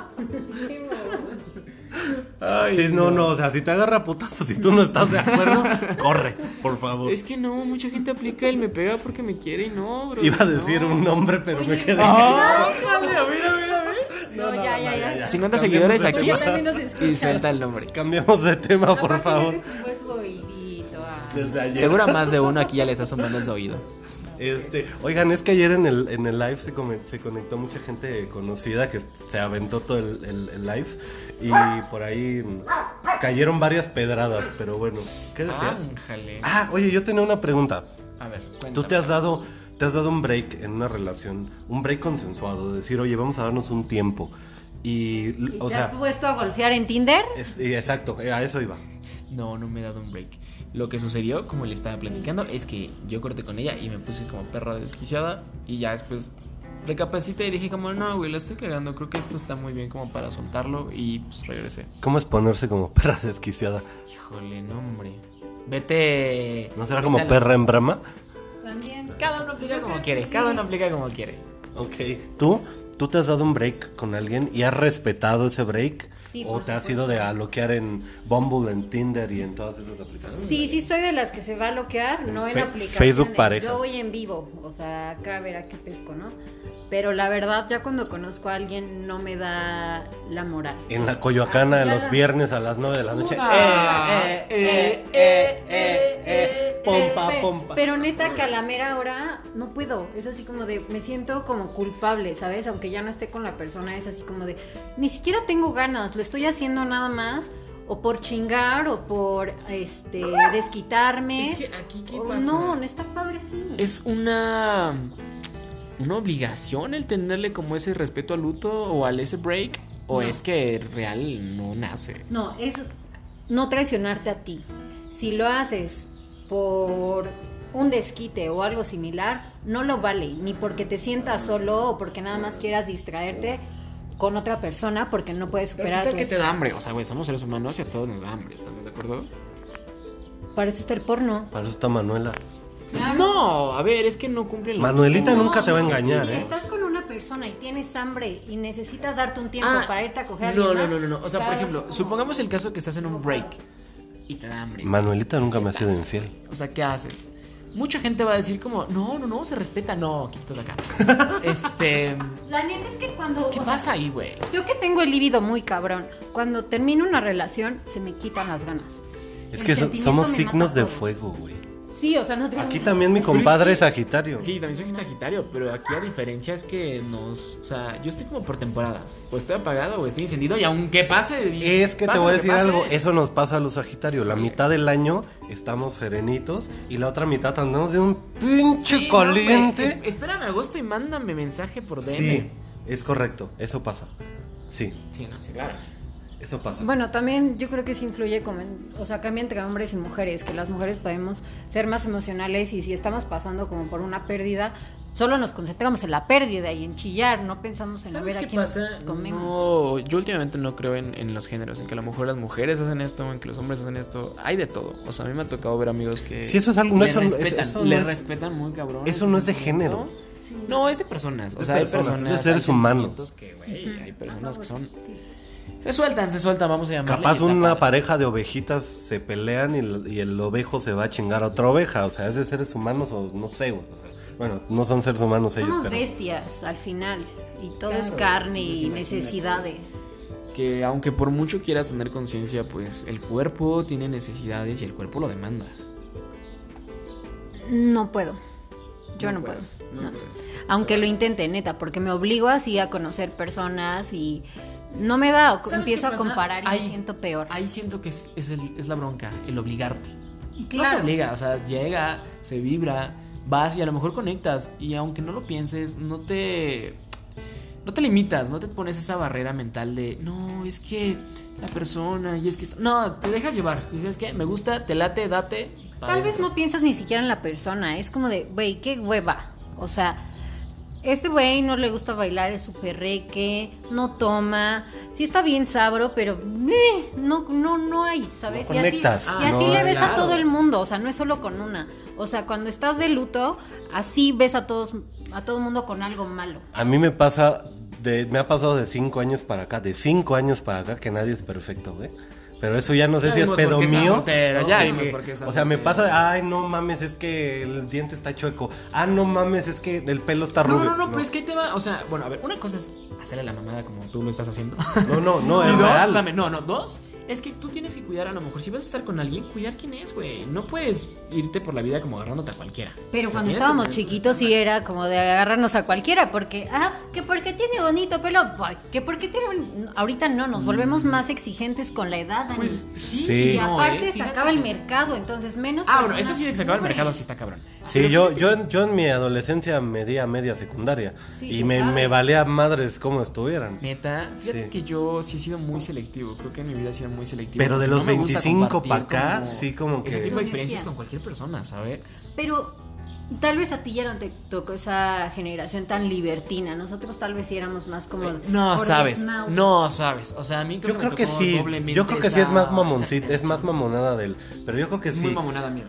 S1: Sí, no, no, o sea, si te agarra putazos y tú no estás de acuerdo, corre, por favor.
S3: Es que no, mucha gente aplica el me pega porque me quiere y no, bro.
S1: Iba a decir un nombre, pero me quedé.
S3: ¡Ah! Ándale, a ver, a ver, a ver.
S2: No, ya, ya, ya.
S3: 50
S1: Cambiamos
S3: seguidores
S1: de
S3: aquí
S1: tema.
S2: también nos escuchan.
S3: y suelta el nombre.
S1: Cambiamos de tema, por
S2: Aparte, ya
S1: favor.
S2: eres un buen oidito, ah.
S1: Desde ayer.
S3: Seguro a más de uno aquí ya les está asomando el oído.
S1: Este, oigan, es que ayer en el, en el live se, come- se conectó mucha gente conocida que se aventó todo el, el- el live y por ahí mm, cayeron varias pedradas, pero bueno, ¿qué decías?
S3: Ángale.
S1: Ah, oye, yo tenía una pregunta.
S3: A ver,
S1: ¿Tú te has dado, te has dado un break en una relación, un break consensuado, de decir, oye, vamos a darnos un tiempo y, l-
S2: ¿Y
S1: o
S2: te has
S1: sea,
S2: puesto a golfear en Tinder?
S1: es- y exacto, eh, a eso iba.
S3: No, no me he dado un break. Lo que sucedió, como le estaba platicando, es que yo corté con ella y me puse como perra desquiciada y ya después recapacité y dije como, no, güey, la estoy cagando, creo que esto está muy bien como para soltarlo y pues regresé.
S1: ¿Cómo es ponerse como perra desquiciada?
S3: Híjole, no, hombre. Vete.
S1: ¿No será
S3: vete
S1: como
S3: al-
S1: perra en brama?
S2: También.
S3: Cada uno aplica
S2: Yo
S3: como
S2: creo
S3: quiere,
S2: que
S3: cada
S2: sí.
S3: uno aplica como quiere.
S1: Ok, ¿tú? ¿Tú te has dado un break con alguien y has respetado ese break?
S2: Sí,
S1: ¿O
S2: por
S1: te has ido de a bloquear en Bumble, en Tinder y en todas esas aplicaciones?
S2: Sí, sí, soy de las que se va a bloquear, no en
S1: Fe-
S2: aplicaciones.
S1: Facebook parejas.
S2: Yo voy en vivo, o sea, acá a ver a qué pesco, ¿no? Pero la verdad, ya cuando conozco a alguien, no me da la moral.
S1: En la Coyoacana,
S2: Ah, ya
S1: los
S2: la-
S1: viernes a las 9 de la noche.
S3: Ah,
S1: Eh,
S3: eh,
S1: eh, eh, eh, eh, pompa,
S2: Pe-
S1: pompa.
S2: Pero neta, que a la mera hora no puedo. Es así como de, me siento como culpable, ¿sabes? Aunque ya no esté con la persona, es así como de, ni siquiera tengo ganas, lo estoy haciendo nada más. O por chingar, o por este desquitarme.
S3: Es que aquí, ¿qué
S2: O-
S3: pasa?
S2: No, no está padre, sí.
S3: es una una obligación el tenerle como ese respeto al luto o al ese break o
S2: No.
S3: es que real no nace.
S2: No, es no traicionarte a ti. Si lo haces por un desquite o algo similar, no lo vale, ni porque te sientas solo o porque nada más quieras distraerte con otra persona porque no puedes
S3: Pero
S2: superar.
S3: ¿qué tal que
S2: tu-
S3: te da hambre? O sea, güey, somos seres humanos y a todos nos da hambre, ¿estamos de acuerdo?
S2: Para eso está el porno.
S1: Para eso está Manuela.
S3: No, a ver, es que no cumplen los
S1: Manuelita
S3: tiempos.
S1: nunca te va a engañar,
S2: Si
S1: ¿eh?
S2: estás con una persona y tienes hambre y necesitas darte un tiempo
S3: Ah,
S2: para irte a coger a
S3: no,
S2: alguien
S3: no,
S2: más,
S3: no, no, no. O sea, por
S2: estás
S3: ejemplo,
S2: como-
S3: supongamos el caso que estás en un break y te da hambre.
S1: Manuelita nunca me ha sido infiel.
S3: O sea, ¿qué haces? Mucha gente va a decir como, no, no, no, se respeta, no, quítate de acá. este,
S2: La neta es que cuando.
S3: ¿qué
S2: o sea,
S3: pasa ahí, güey?
S2: Yo que tengo el líbido muy cabrón, cuando termino una relación se me quitan las ganas.
S1: Es
S2: El
S1: que so-
S2: sentimiento
S1: somos
S2: me
S1: signos
S2: mata
S1: de
S2: todo.
S1: fuego, güey.
S2: Sí, o sea, no tengo...
S1: Aquí también mi compadre es Sagitario.
S3: Sí, también soy Sagitario, pero aquí la diferencia es que nos. O sea, yo estoy como por temporadas. O estoy apagado o estoy encendido y aunque pase. y
S1: Es que te
S3: pase
S1: voy a
S3: lo
S1: decir
S3: pase,
S1: algo, eso nos pasa a los Sagitarios. La mitad del año estamos serenitos y la otra mitad andamos de un pinche
S3: Sí, no, güey,
S1: caliente.
S3: es- espérame agosto y mándame mensaje por DM.
S1: Sí, es correcto, eso pasa. Sí,
S3: Sí, no, sí, claro.
S1: eso pasa.
S2: Bueno, también yo creo que sí influye como, en- o sea, cambia entre hombres y mujeres, que las mujeres podemos ser más emocionales y si estamos pasando como por una pérdida, solo nos concentramos en la pérdida y en chillar, no pensamos en a
S3: ¿Sabes
S2: ver a
S3: qué
S2: quién
S3: pasa?
S2: nos comemos.
S3: No, yo últimamente no creo en, en los géneros, en que a lo mejor las mujeres hacen esto, en que los hombres hacen esto. Hay de todo. O sea, a mí me ha tocado ver amigos que.
S1: Sí, eso es algo- no,
S3: le
S1: eso no- eso-
S3: respetan,
S1: eso no
S3: le
S1: es-
S3: respetan muy cabrón.
S1: eso
S3: ese
S1: no es de
S3: sentimiento.
S1: géneros.
S3: No, es de personas. O
S1: de
S3: sea, hay
S1: personas, es de
S3: personas.
S1: seres
S3: hay
S1: humanos.
S3: sentimientos que, güey, hay personas que son.
S2: Sí.
S3: Se sueltan, se sueltan, vamos a llamarle.
S1: Capaz
S3: y está
S1: una
S3: padre.
S1: pareja de ovejitas se pelean y, el- y el ovejo se va a chingar a otra oveja. O sea, es de seres humanos o no sé. güey, o sea, bueno, no son seres humanos ellos,
S2: Somos
S1: pero.
S2: bestias al final y todo es
S3: Claro,
S2: carne y
S3: entonces imagínate.
S2: necesidades.
S3: Porque aunque por mucho quieras tener conciencia, pues el cuerpo tiene necesidades y el cuerpo lo demanda.
S2: No puedo. Yo no, puedo.
S3: puedes,
S2: no.
S3: puedes.
S2: Aunque lo intente, neta, porque me obligo así a conocer personas y no me da, o co-
S3: ¿Sabes
S2: empiezo
S3: qué
S2: a
S3: pasa?
S2: comparar y
S3: Ahí-
S2: me siento peor.
S3: Ahí siento que es, es el- es la bronca, el obligarte. No se
S2: claro.
S3: obliga, o sea, llega, se vibra, vas y a lo mejor conectas. Y aunque no lo pienses, no te. No te limitas, no te pones esa barrera mental de no, es que la persona y es que. esta-". No, te dejas llevar. Y sabes qué, me gusta, te late, date. pa'
S2: Tal vez
S3: adentro.
S2: no piensas ni siquiera en la persona, es como de, güey, qué hueva. O sea, este güey no le gusta bailar, es súper reque, no toma, sí está bien sabro, pero eh, no, no, no hay, ¿sabes?
S1: No
S2: y así,
S1: conectas,
S2: y así
S1: no
S2: le
S1: hay.
S2: ves a
S3: Claro.
S2: todo el mundo, o sea, no es solo con una. O sea, cuando estás de luto, así ves a todos, a todo el mundo con algo malo.
S1: A mí me pasa, de, me ha pasado de cinco años para acá, de cinco años para acá, que nadie es perfecto, güey. Pero eso ya no sé
S3: Ya
S1: si es
S3: vimos por
S1: pedo
S3: qué estás
S1: mío.
S3: soltero, ya
S1: porque-
S3: vimos por qué estás
S1: O sea, me
S3: soltero.
S1: pasa, ay, no mames, es que el diente está chueco. Ah, no mames, es que el pelo está
S3: No,
S1: rubio.
S3: no, no, pero es que ahí te va. O sea, bueno, a ver, una cosa es hacerle la mamada como tú lo estás haciendo.
S1: No, no, no,
S3: y
S1: es
S3: dos,
S1: real.
S3: dame, no, no, dos, es que tú tienes que cuidar a lo mejor. Si vas a estar con alguien, cuidar quién es, güey. No puedes irte por la vida como agarrándote a cualquiera.
S2: Pero
S3: O sea,
S2: cuando
S3: tienes que
S2: estábamos
S3: tener-
S2: chiquitos sí era como de agarrarnos a cualquiera, porque, ah, que porque tiene bonito pelo, ay, que porque tiene... un- Ahorita no, nos volvemos más exigentes con la edad, Dani.
S3: Mm. Pues sí,
S1: Sí.
S2: y
S3: no,
S2: aparte
S3: eh,
S2: se
S3: fíjate.
S2: acaba el mercado, entonces menos...
S3: Ah, bueno,
S2: personas
S3: eso sí de que se acaba el
S2: mueren.
S3: mercado, sí está cabrón.
S1: Sí, yo, yo, en- yo en mi adolescencia medía media secundaria.
S2: Sí,
S1: y
S2: se
S1: me,
S2: sabe.
S1: me valía madres como estuvieran.
S3: Neta, fíjate
S1: Sí.
S3: que yo sí he sido muy selectivo. Creo que en mi vida he sido muy selectivo.
S1: Pero de
S3: porque
S1: los
S3: me gusta
S1: 25 pa'
S3: compartir
S1: acá, sí, como
S3: Ese
S1: que-
S3: tipo de experiencias
S2: Violencia.
S3: con cualquier persona, ¿sabes?
S2: Pero tal vez a ti ya no te tocó esa generación tan libertina, nosotros tal vez sí éramos más como...
S3: No
S2: por
S3: sabes,
S2: desmau-
S3: no sabes. O sea, a mí
S1: Yo
S3: creo me
S1: creo que
S3: tocó
S1: sí.
S3: doblemente
S1: Yo creo que sí es
S3: esa-
S1: más
S3: esa
S1: mamoncito, es más
S3: generación.
S1: mamonada de él. Pero yo creo que
S3: Muy
S1: sí.
S3: mamonada mía.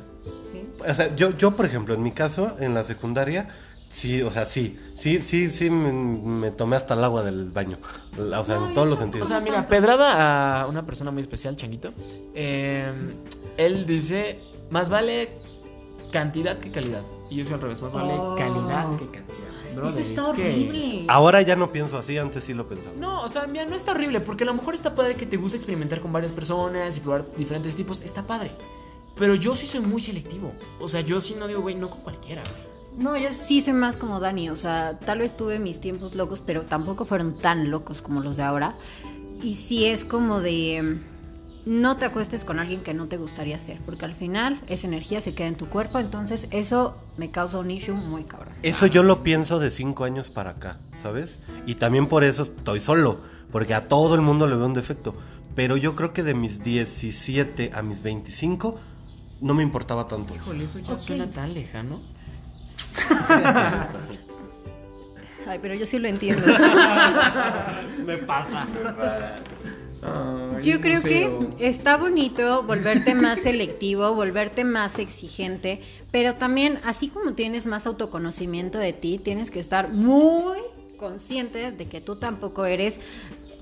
S2: Sí.
S1: O sea, yo, yo, por ejemplo, en mi caso, en la secundaria, sí, o sea, sí, sí, sí, sí, me, me tomé hasta el agua del baño. O sea,
S2: No,
S1: en
S2: yo
S1: todos los
S2: tampoco.
S1: sentidos.
S3: O sea,
S2: Justo.
S3: mira, pedrada a una persona muy especial, Changuito. Eh, él dice, más vale cantidad que calidad. Y yo soy al revés, más vale
S2: Oh.
S3: calidad que cantidad. Brother,
S2: Eso está
S3: es que-
S2: horrible.
S1: Ahora ya no pienso así, antes sí lo pensaba.
S3: No, o sea, mira, no está horrible, porque a lo mejor está padre que te gusta experimentar con varias personas y probar diferentes tipos, está padre. Pero yo sí soy muy selectivo. O sea, yo sí no digo, güey, no con cualquiera, güey.
S2: No, yo sí soy más como Dani, o sea, tal vez tuve mis tiempos locos, pero tampoco fueron tan locos como los de ahora. Y sí es como de mm, no te acuestes con alguien que no te gustaría ser, porque al final esa energía se queda en tu cuerpo, entonces eso me causa un issue muy cabrón.
S1: Eso yo lo pienso de cinco años para acá, ¿sabes? Y también por eso estoy solo, porque a todo el mundo le veo un defecto. Pero yo creo que de mis 17 a mis 25 no me importaba tanto. eso.
S3: Híjole, eso ya
S2: Ok.
S3: suena tan lejano.
S2: Ay, pero yo sí lo entiendo.
S1: Me pasa.
S2: Yo creo que está bonito volverte más selectivo, volverte más exigente, pero también así como tienes más autoconocimiento de ti, tienes que estar muy consciente de que tú tampoco eres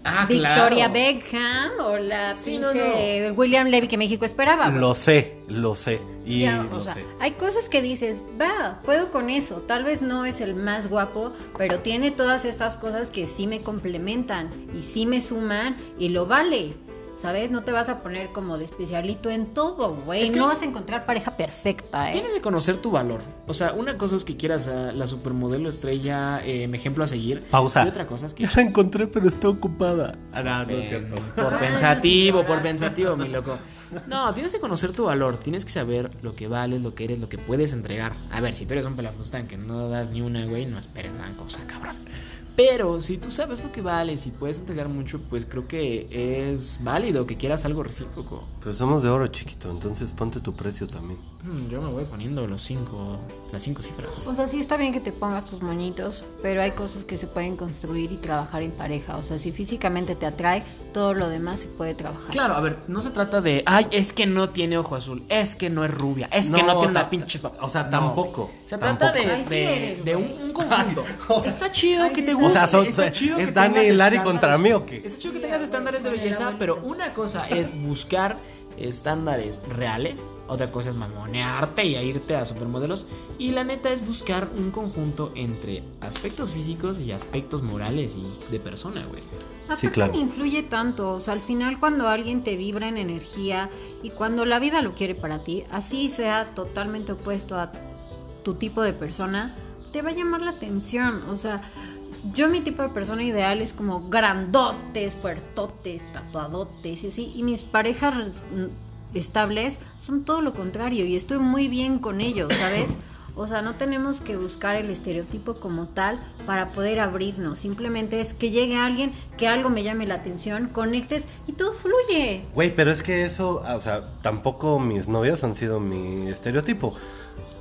S3: Ah,
S2: Victoria
S3: claro.
S2: Beckham o la
S3: Sí,
S2: pinche William Levy que México esperaba. güey.
S1: Lo sé, lo sé, y
S2: Ya, o
S1: lo
S2: sea,
S1: sé.
S2: hay cosas que dices, va, puedo con eso. Tal vez no es el más guapo, pero tiene todas estas cosas que sí me complementan y sí me suman y lo vale. ¿Sabes? No te vas a poner como de especialito en todo, güey.
S3: Es que-
S2: No vas a encontrar pareja perfecta, ¿eh?
S3: Tienes que conocer tu valor. O sea, una cosa es que quieras a la supermodelo estrella, eh, mi ejemplo a seguir.
S1: Pausa.
S3: Y otra cosa es que.
S1: Ya la encontré, pero está ocupada. Ah, no, no es cierto.
S3: Eh, Por pensativo, por pensativo, mi loco. No, tienes que conocer tu valor, tienes que saber lo que vales, lo que eres, lo que puedes entregar. A ver, si tú eres un pelafustán que no das ni una, güey, no esperes gran cosa, cabrón. Pero si tú sabes lo que vales y puedes entregar mucho, pues creo que es válido que quieras algo recíproco.
S1: Pero somos de oro, chiquito, entonces ponte tu precio también.
S3: Hmm, Yo me voy poniendo los cinco, las cinco cifras.
S2: O sea, sí está bien que te pongas tus moñitos, pero hay cosas que se pueden construir y trabajar en pareja. O sea, si físicamente te atrae, todo lo demás se puede trabajar.
S3: Claro, a ver, no se trata de, ay, es que no tiene ojo azul, es que no es rubia, es que
S1: No,
S3: no tiene
S1: ta-
S3: unas pinches pap-".
S1: o sea,
S3: No,
S1: tampoco,
S3: güey. se
S1: tampoco.
S3: trata de,
S2: Ay, sí
S3: de-
S2: eres,
S3: de un,
S2: güey.
S3: un conjunto. está chido que te
S2: sí, sí.
S3: guste.
S1: O sea, son-
S3: está
S1: son-
S3: chido
S1: es
S3: que
S1: Dani
S3: tengas
S1: y Lari
S3: estándares-
S1: contra mí, ¿o qué?
S3: Está chido que
S2: Sí,
S3: tengas
S2: abuelo,
S3: estándares de
S2: con el
S3: belleza, pero
S2: abuelito.
S3: una cosa es buscar estándares reales, otra cosa es mamonearte y a irte a supermodelos, y la neta es buscar un conjunto entre aspectos físicos y aspectos morales y de persona, güey.
S1: Sí,
S2: Aparte
S1: claro.
S2: no influye tanto, o sea, al final cuando alguien te vibra en energía y cuando la vida lo quiere para ti, así sea totalmente opuesto a tu tipo de persona, te va a llamar la atención, o sea, yo mi tipo de persona ideal es como grandotes, fuertotes, tatuadotes y así, y mis parejas mm, estables son todo lo contrario y estoy muy bien con ellos, ¿sabes? O sea, no tenemos que buscar el estereotipo como tal para poder abrirnos. Simplemente es que llegue alguien, que algo me llame la atención, conectes y todo fluye.
S1: Güey, pero es que eso, ah, o sea, tampoco mis novias han sido mi estereotipo.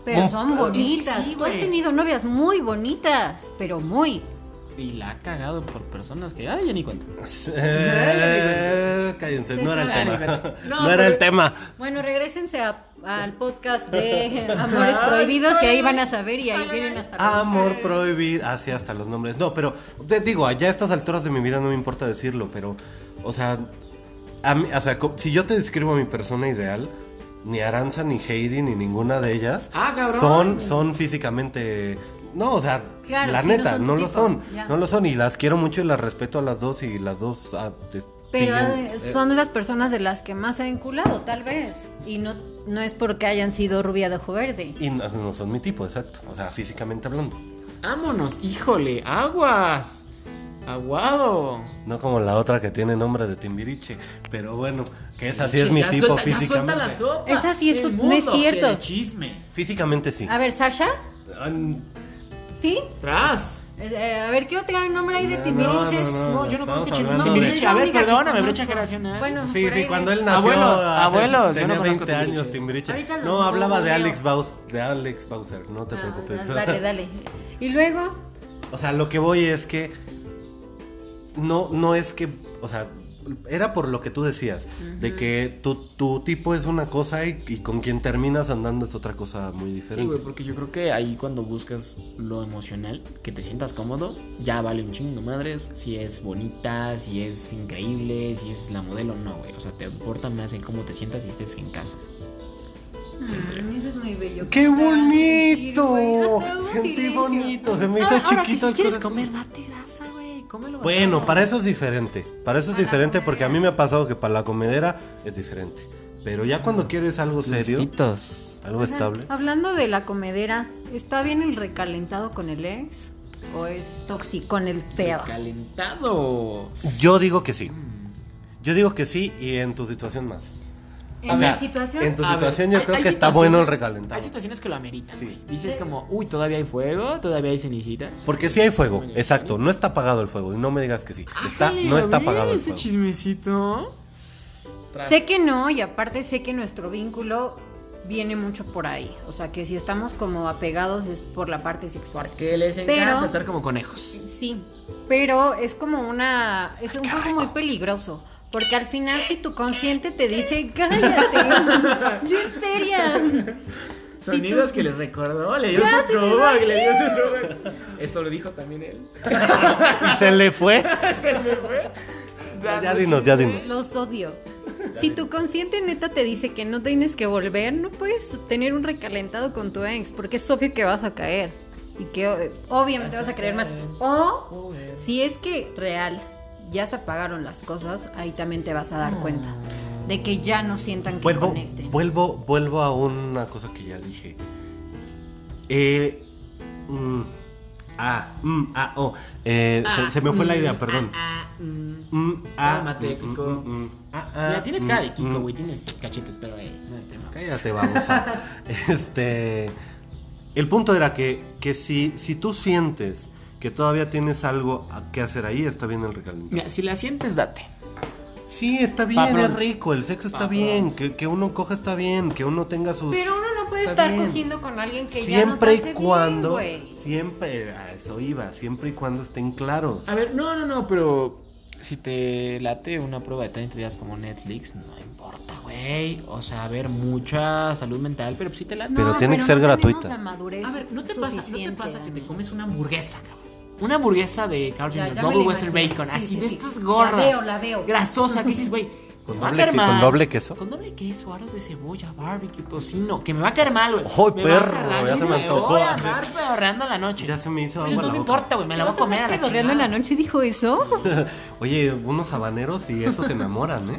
S2: Pero
S1: Un-
S2: son bonitas.
S3: sí,
S2: Tú has
S3: güey.
S2: tenido novias muy bonitas, pero muy.
S3: Y la ha cagado por personas que, ay, ya ni cuento.
S1: Eh, cállense, no era el
S3: sí, sí.
S1: tema.
S3: No,
S1: No era
S3: pero-
S1: el tema.
S2: Bueno, regresense a- al podcast de Amores Prohibidos y ahí van a saber y ahí vienen hasta...
S1: Amor prohibido, así hasta los nombres. No, pero te digo, allá a estas alturas de mi vida no me importa decirlo, pero, o sea, a mí- o sea, co- si yo te describo a mi persona ideal, ni Aranza, ni Heidi, ni ninguna de ellas
S3: Ah, cabrón.
S1: son, son físicamente. No, o sea,
S2: Claro,
S1: la
S2: sí, no
S1: neta,
S2: son tu
S1: no, lo
S2: tipo,
S1: son.
S2: ya.
S1: No lo son. Y las quiero mucho y las respeto a las dos y las dos. ah, te-
S2: Pero
S1: siguen,
S2: eh,
S1: eh,
S2: son las personas de las que más se ha enculado, tal vez. Y no, no es porque hayan sido rubia de ojo verde.
S1: Y no, no son mi tipo, exacto. O sea, físicamente hablando.
S3: ¡Vámonos! ¡Híjole! ¡Aguas! ¡Aguado!
S1: No como la otra que tiene nombre de Timbiriche. Pero bueno, que esa sí es
S3: Che,
S1: mi
S3: ya
S1: tipo
S3: suelta- ya
S1: físicamente.
S3: suelta la sopa.
S2: Esa sí es
S3: El
S2: tu- no es
S3: mundo
S2: cierto.
S3: quiere chisme.
S1: Físicamente sí.
S2: A ver, Sasha,
S1: Ah, n-
S2: ¿sí?
S3: Tras.
S2: Eh, a ver, ¿qué otro nombre hay de
S1: No,
S2: Timbiriche?
S1: no, no,
S3: No, yo no
S1: estamos
S3: conozco
S1: hablando
S3: Timbiriche.
S1: de-
S2: es
S3: Brecha,
S2: la
S3: a ver,
S2: única que
S3: perdóname,
S2: conozco.
S3: brecha generacional.
S2: Bueno,
S1: Sí,
S2: por
S1: sí,
S2: ahí
S1: cuando
S2: de-
S1: él nació.
S3: Abuelos,
S1: hace-
S3: abuelos, yo
S1: Tenía
S3: no conozco
S1: 20 años
S3: Timbiriche.
S1: Timbiriche.
S2: Ahorita los
S1: No, hablaba de
S2: googleo.
S1: Alex, Baus, de Alex Bowser, no te
S2: Ah,
S1: preocupes.
S2: dale, dale. Y luego,
S1: O sea, lo que voy es que no, no es que, o sea, era por lo que tú decías, de que tu, tu tipo es una cosa y, y con quien terminas andando es otra cosa muy
S3: Sí,
S1: diferente.
S3: güey, porque yo creo que ahí cuando buscas lo emocional, que te sientas cómodo, ya vale un chingo madres. Si es bonita, si es increíble, si es la modelo, no, güey. O sea, te importa más en cómo te sientas y estés en casa. Siento yo.
S2: Mm, eso es muy bello.
S1: ¡Qué
S2: Ah, sí,
S1: bonito!
S2: güey, hasta hubo
S1: Sentí
S2: silencio.
S1: bonito, se me hizo
S3: Ahora, ahora que
S1: chiquito
S3: si
S1: el
S3: quieres
S1: corazón.
S3: comer, pues, date grasa, güey. Cómelo
S1: Bueno,
S3: bastante.
S1: para eso es diferente. Para eso es
S2: Para la
S1: diferente porque a mí
S2: comedera.
S1: me ha pasado que para la comedera es diferente. Pero ya cuando quieres algo serio,
S3: Listitos.
S1: algo estable.
S2: Hablando de la comedera, ¿está bien el recalentado con el ex? ¿O es tóxico con el pedo?
S3: Calentado.
S1: Yo digo que sí. Yo digo que sí y en tu situación más.
S2: En
S1: O
S2: mi
S1: sea,
S2: situación,
S1: en tu
S3: A ver,
S1: situación yo
S3: hay-
S1: creo
S3: hay
S1: que está bueno el
S3: situaciones-
S1: recalentado.
S3: Hay situaciones que lo ameritan.
S1: Sí.
S3: güey. Dices como, uy, todavía hay fuego, todavía hay cenicitas.
S1: Porque sí hay fuego,
S3: Bueno,
S1: exacto. No está apagado el fuego. Y no me digas que sí. Está,
S3: Ájale,
S1: no
S3: a
S1: está
S3: ver,
S1: apagado el
S3: ese
S1: fuego.
S3: chismecito.
S2: sé que no, y aparte sé que nuestro vínculo viene mucho por ahí. O sea, que si estamos como apegados es por la parte sexual.
S3: Que les
S2: Pero-
S3: encanta estar como conejos.
S2: Sí, pero es como una. Es un juego muy peligroso. Porque al final, si tu consciente te dice, cállate, yo en serio.
S3: Sonidos
S2: tú-
S3: que les recordó, le dio
S2: Ya,
S3: su
S2: se me
S3: throwback, le dio su throwback. Eso lo dijo también él.
S1: Y se le fue.
S3: Se me fue.
S1: Ya dinos, ya dinos.
S2: Los odio. Si tu consciente neta te dice que no tienes que volver, no puedes tener un recalentado con tu ex, porque es obvio que vas a caer. Y que eh, obviamente vas a creer más. O si es que real ya se apagaron las cosas, ahí también te vas a dar cuenta de que ya no sientan que
S1: Vuelvo,
S2: conecten.
S1: vuelvo, vuelvo a una cosa que ya dije. Eh, mm, ah, mm, ah, oh, eh, se, se me fue la idea,
S3: ah,
S1: perdón. Mm, ah,
S3: Cálmate,
S1: mm, mm,
S3: Kiko.
S1: mm, mm, ah, ah,
S3: Ya tienes
S1: mm,
S3: cara de Kiko,
S1: mm.
S3: güey. Tienes cachetes, pero eh, no te mames.
S1: Cállate, vamos. este. El punto era que, que si, si tú sientes que todavía tienes algo a- que hacer ahí, está bien el recalentado.
S3: Mira, si la sientes, date.
S1: Sí, está
S3: Pa'
S1: bien, es
S3: pronto.
S1: rico, el sexo está
S3: Pa'
S1: bien, que, que uno coja está bien, que uno tenga sus.
S2: Pero uno no puede
S1: está
S2: estar
S1: bien.
S2: cogiendo con alguien que
S1: siempre
S2: ya no te hace
S1: y cuando.
S2: bien, güey.
S1: siempre, a eso iba, siempre y cuando estén claros.
S3: A ver, no, no, no, pero si te late una prueba de 30 días como Netflix, no importa, güey. O sea, a ver, mucha salud mental, pero si te late.
S1: Pero
S2: No,
S1: tiene que ser
S2: no tenemos
S1: gratuita.
S2: la madurez
S3: A ver, ¿no te, pasa, ¿no te
S2: suficiente,
S3: pasa que te
S2: Dani?
S3: comes una hamburguesa, cabrón? Una hamburguesa de Carl
S2: Ya,
S3: Jr.
S2: ya me
S3: Double
S2: la
S3: Western
S2: imagino.
S3: Bacon,
S2: Sí,
S3: así
S2: sí,
S3: de
S2: sí.
S3: estas gorras.
S2: La veo, la veo.
S3: Grasosa, que dices, güey,
S1: Con
S3: Me va a
S1: doble,
S3: caer
S1: que- con
S3: mal.
S1: doble queso.
S3: Con doble queso, aros de cebolla, barbecue, tocino. Que me va a caer mal, güey.
S1: ¡Ay,
S3: Me va a
S1: perro!
S3: cerrar,
S1: Ya se me antojó.
S3: voy a andar pedorreando la noche.
S1: Ya se me hizo
S3: Pues
S1: agua la
S3: no me
S1: boca.
S3: importa, güey. Me la voy a comer a la
S2: Pedorreando
S3: chingada.
S2: en la noche dijo eso.
S1: Oye, unos habaneros y esos se enamoran, ¿eh?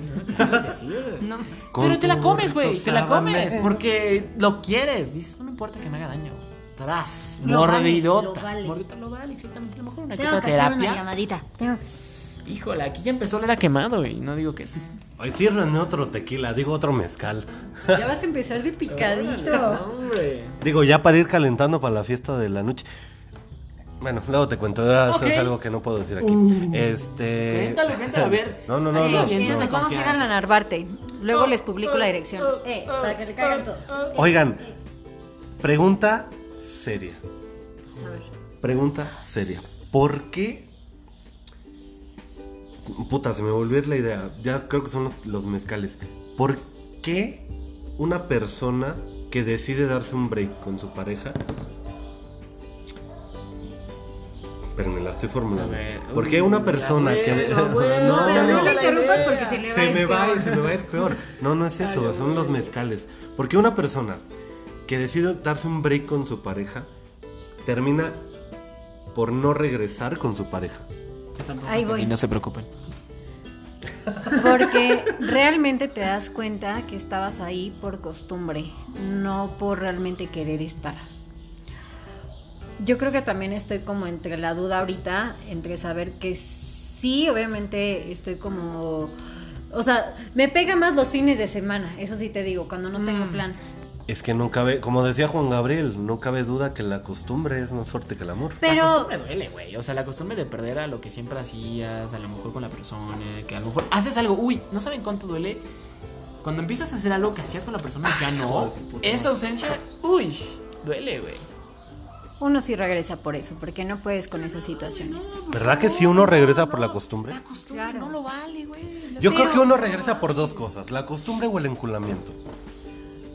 S2: No.
S1: Con
S3: Pero te la comes, güey.
S1: tus
S3: Te la comes.
S1: habaneros.
S3: Porque lo quieres. Dices, no me importa que me haga daño, güey. Tras.
S2: Lo vale,
S3: Mordidota.
S2: lo vale.
S3: Mordidota lo vale, exactamente. A lo mejor una que
S2: Tengo
S3: otra
S2: que hacer una
S3: terapia.
S2: llamadita. Tengo que...
S3: Híjole, aquí ya empezó a oler a quemado, güey. No digo que es.
S1: Ay, sírvanme otro tequila, digo otro mezcal.
S2: Ya vas a empezar de picadito.
S3: Hombre.
S1: Digo, ya para ir calentando para la fiesta de la noche. Bueno, luego te cuento, ahora
S3: Ok. Uh.
S1: es algo que no puedo decir aquí. este.
S3: Cuéntalo, cuéntalo, a ver.
S1: No, no, no,
S3: Hay
S1: no.
S3: audiencias
S1: no.
S3: de
S2: Vamos a ir a la Narvarte. Luego les publico la dirección. Eh, para que le caigan todos.
S1: Oigan, pregunta seria. Pregunta seria. ¿Por qué? Puta, se me volvió a ir la idea. Ya creo que son los, los mezcales. ¿Por qué una persona que decide darse un break con su pareja? Pero me la estoy formulando.
S3: A ver,
S1: ¿Por qué
S3: uy,
S1: una persona
S3: abuelo,
S1: que...
S3: abuelo,
S1: no,
S2: Pero
S1: no,
S2: no
S1: no.
S2: le interrumpas porque se le va
S1: Se me va,
S2: a
S1: a ir- se me va a ir peor. No, no es eso, son los mezcales. Porque una persona que decide darse un break con su pareja termina por no regresar con su pareja.
S3: Yo tampoco
S2: Ahí
S3: entendí,
S2: voy.
S3: No se preocupen.
S2: Porque realmente te das cuenta que estabas ahí por costumbre, no por realmente querer estar. Yo creo que también estoy como entre la duda ahorita, entre saber que sí, obviamente estoy como... O sea, me pega más los fines de semana, eso sí te digo, cuando no tengo plan.
S1: Es que no cabe, como decía Juan Gabriel, no cabe duda que la costumbre es más fuerte que el amor.
S2: Pero-
S3: La costumbre duele, güey. O sea, la costumbre de perder a lo que siempre hacías, a lo mejor con la persona, que a lo mejor haces algo. Uy, ¿no saben cuánto duele? Cuando empiezas a hacer algo que hacías con la persona y ya
S1: hijo
S3: no.
S1: de su puta
S3: Esa ausencia, uy, duele, güey.
S2: Uno sí regresa por eso, porque no puedes con esas situaciones.
S1: ¿Verdad que si uno regresa por la costumbre?
S3: La costumbre
S2: Claro.
S3: no lo vale, güey. La-
S1: Yo creo
S2: Pero-
S1: que uno regresa por dos cosas, la costumbre o el enculamiento.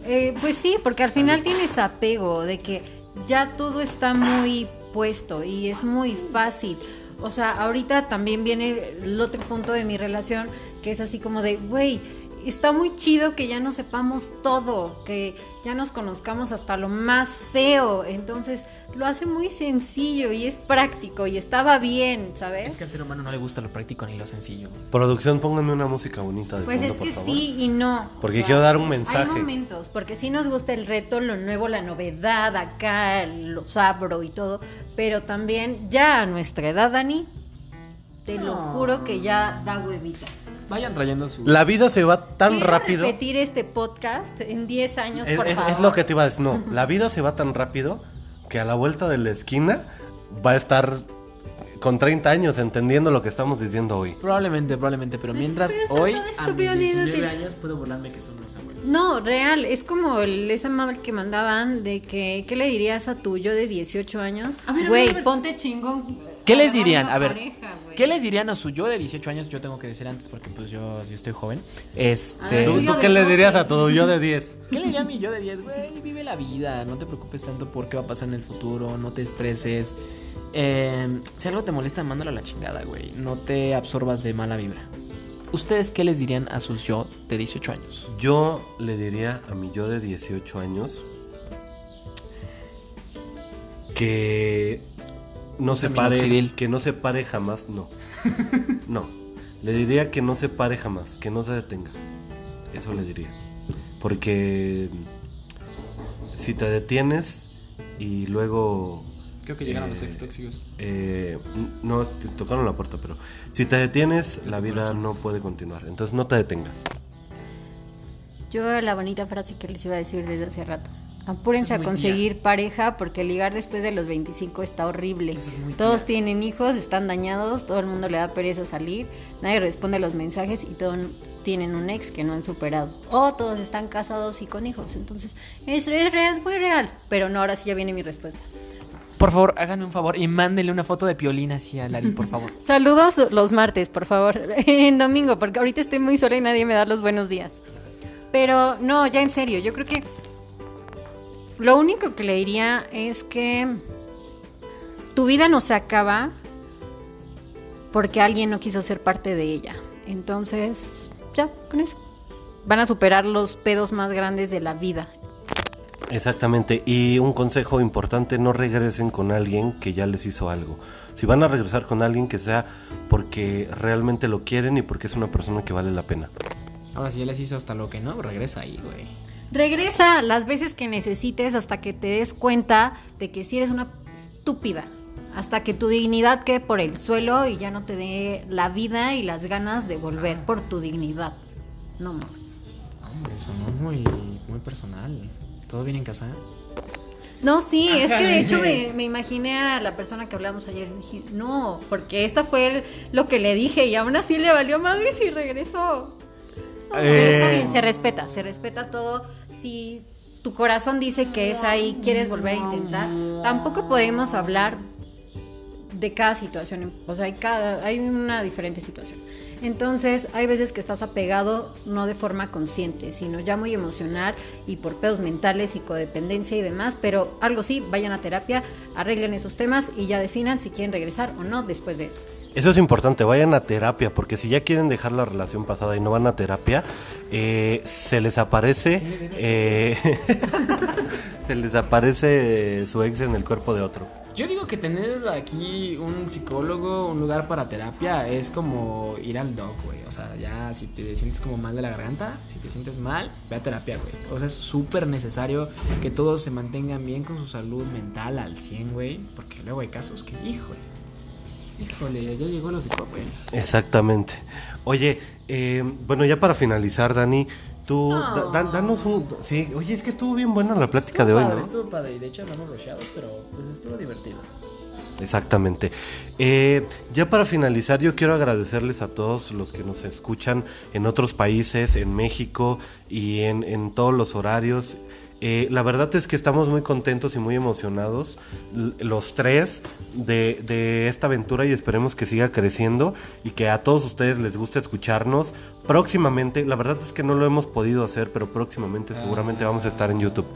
S2: Eh, pues sí, porque al final tienes apego de que ya todo está muy puesto y es muy fácil. O sea, ahorita también viene el otro punto de mi relación que es así como de, güey, está muy chido que ya nos sepamos todo, que ya nos conozcamos hasta lo más feo. Entonces lo hace muy sencillo y es práctico y estaba bien, ¿sabes?
S3: Es que al ser humano no le gusta lo práctico ni lo sencillo.
S1: Producción, pónganme una música bonita de
S2: Pues
S1: fondo,
S2: es
S1: por
S2: que
S1: favor.
S2: sí y no.
S1: Porque quiero dar un
S2: Hay
S1: mensaje.
S2: momentos, porque sí nos gusta el reto, lo nuevo, la novedad, acá, lo sabro y todo, pero también ya a nuestra edad, Dani, te lo juro que ya da huevita.
S3: Vayan trayendo su.
S1: La vida se va tan
S2: Quiero
S1: rápido.
S2: repetir este podcast en 10 años,
S1: Es,
S2: por
S1: es-
S2: favor.
S1: es lo que te iba a decir, no, la vida se va tan rápido que a la vuelta de la esquina va a estar con 30 años entendiendo lo que estamos diciendo hoy.
S3: Probablemente, probablemente. Pero mientras
S2: estoy
S3: hoy,
S2: tratando de
S3: a mis
S2: estúpido,
S3: 19
S2: inútil.
S3: años, puedo burlarme que son los abuelos.
S2: No, real, es como el- esa mal que mandaban de que, ¿qué le dirías a tu yo de 18 años?
S5: A ver, a ver, a
S2: Güey,
S5: ver.
S2: ponte chingón.
S3: ¿Qué les
S2: Agarra
S3: dirían?
S2: una
S3: A ver,
S2: pareja, güey.
S3: ¿qué les dirían a su yo de 18 años? Yo tengo que decir antes porque pues yo, yo estoy joven.
S2: Ah,
S3: Este,
S1: ¿Tú,
S2: yo
S1: tú
S2: de
S1: qué le
S2: 12.
S1: dirías a todo yo de 10?
S3: ¿Qué le diría a mi yo de 10? Güey, vive la vida, no te preocupes tanto por qué va a pasar en el futuro, no te estreses. Eh, si algo te molesta, mándalo a la chingada, güey. No te absorbas de mala vibra. ¿Ustedes qué les dirían a sus yo de 18 años?
S1: Yo le diría a mi yo de 18 años que no se pare,
S3: Minoxidil.
S1: que no se pare jamás, no. No. Le diría que no se pare jamás, que no se detenga. Eso le diría. Porque si te detienes y luego
S3: Creo
S1: que llegaron los ex
S3: tóxicos.
S1: eh, no te tocaron la puerta, pero si te detienes, la vida no puede continuar. Entonces no te detengas.
S2: Yo la bonita frase que les iba a decir desde hace rato. Apúrense
S3: Eso
S2: a
S3: es muy
S2: conseguir pareja porque ligar después de los 25 está horrible.
S3: Eso es muy
S2: Todos
S3: tía.
S2: tienen hijos, están dañados, todo el mundo le da pereza salir, nadie responde a los mensajes y todos tienen un ex que no han superado. O todos están casados y con hijos. Entonces, es, es, real, muy real. Pero no, ahora sí ya viene mi respuesta.
S3: Por favor, háganme un favor y mándenle una foto de Piolín así a Lari, por favor.
S2: Saludos los martes, por favor. En domingo, porque ahorita estoy muy sola y nadie me da los buenos días. Pero no, ya en serio, yo creo que lo único que le diría es que tu vida no se acaba porque alguien no quiso ser parte de ella. Entonces, ya, con eso. Van a superar los pedos más grandes de la vida.
S1: Exactamente, y un consejo importante, no regresen con alguien que ya les hizo algo. Si van a regresar con alguien que sea porque realmente lo quieren y porque es una persona que vale la pena.
S3: Ahora si ya les hizo hasta lo que no, regresa ahí, güey.
S2: Regresa las veces que necesites hasta que te des cuenta de que si eres una estúpida. Hasta que tu dignidad quede por el suelo y ya no te dé la vida y las ganas de volver por tu dignidad. No, no.
S3: Hombre, sonó muy, muy personal. ¿Todo bien en casa?
S2: No, sí, es que de hecho me, me imaginé a la persona que hablamos ayer. Dije, no, porque esta fue el- lo que le dije y aún así le valió madres y regresó. No, pero está
S1: Eh.
S2: bien, se respeta, se respeta todo. Si tu corazón dice que es ahí, quieres volver a intentar, tampoco podemos hablar de cada situación. O sea, hay, cada, hay una diferente situación. Entonces, hay veces que estás apegado no de forma consciente, sino ya muy emocional y por pedos mentales, psicodependencia y demás. Pero algo sí, vayan a terapia, arreglen esos temas y ya definan si quieren regresar o no después de eso.
S1: Eso es importante, vayan a terapia, porque si ya quieren dejar la relación pasada y no van a terapia, eh, se les aparece... eh, se les aparece eh, su ex en el cuerpo de otro.
S3: Yo digo que tener aquí un psicólogo, un lugar para terapia, es como ir al doc, güey. O sea, ya si te sientes como mal de la garganta, si te sientes mal, ve a terapia, güey. O sea, es súper necesario que todos se mantengan bien con su salud mental al 100, güey. Porque luego hay casos que, híjole, híjole, ya llegó los de güey.
S1: Exactamente. Oye, eh, bueno, ya para finalizar, Dani, tú, da- da- danos un... Sí, oye, es que estuvo bien buena la plática de hoy, ¿no?
S3: padre, Ah. estuvo padre. Y de hecho hablamos rocheados, pero pues estuvo divertido.
S1: Exactamente. Eh, ya para finalizar, yo quiero agradecerles a todos los que nos escuchan en otros países, en México y en, en todos los horarios. Eh, la verdad es que estamos muy contentos y muy emocionados, l- los tres, de, de esta aventura y esperemos que siga creciendo y que a todos ustedes les guste escucharnos. Próximamente, la verdad es que no lo hemos podido hacer, pero próximamente seguramente vamos a estar en YouTube.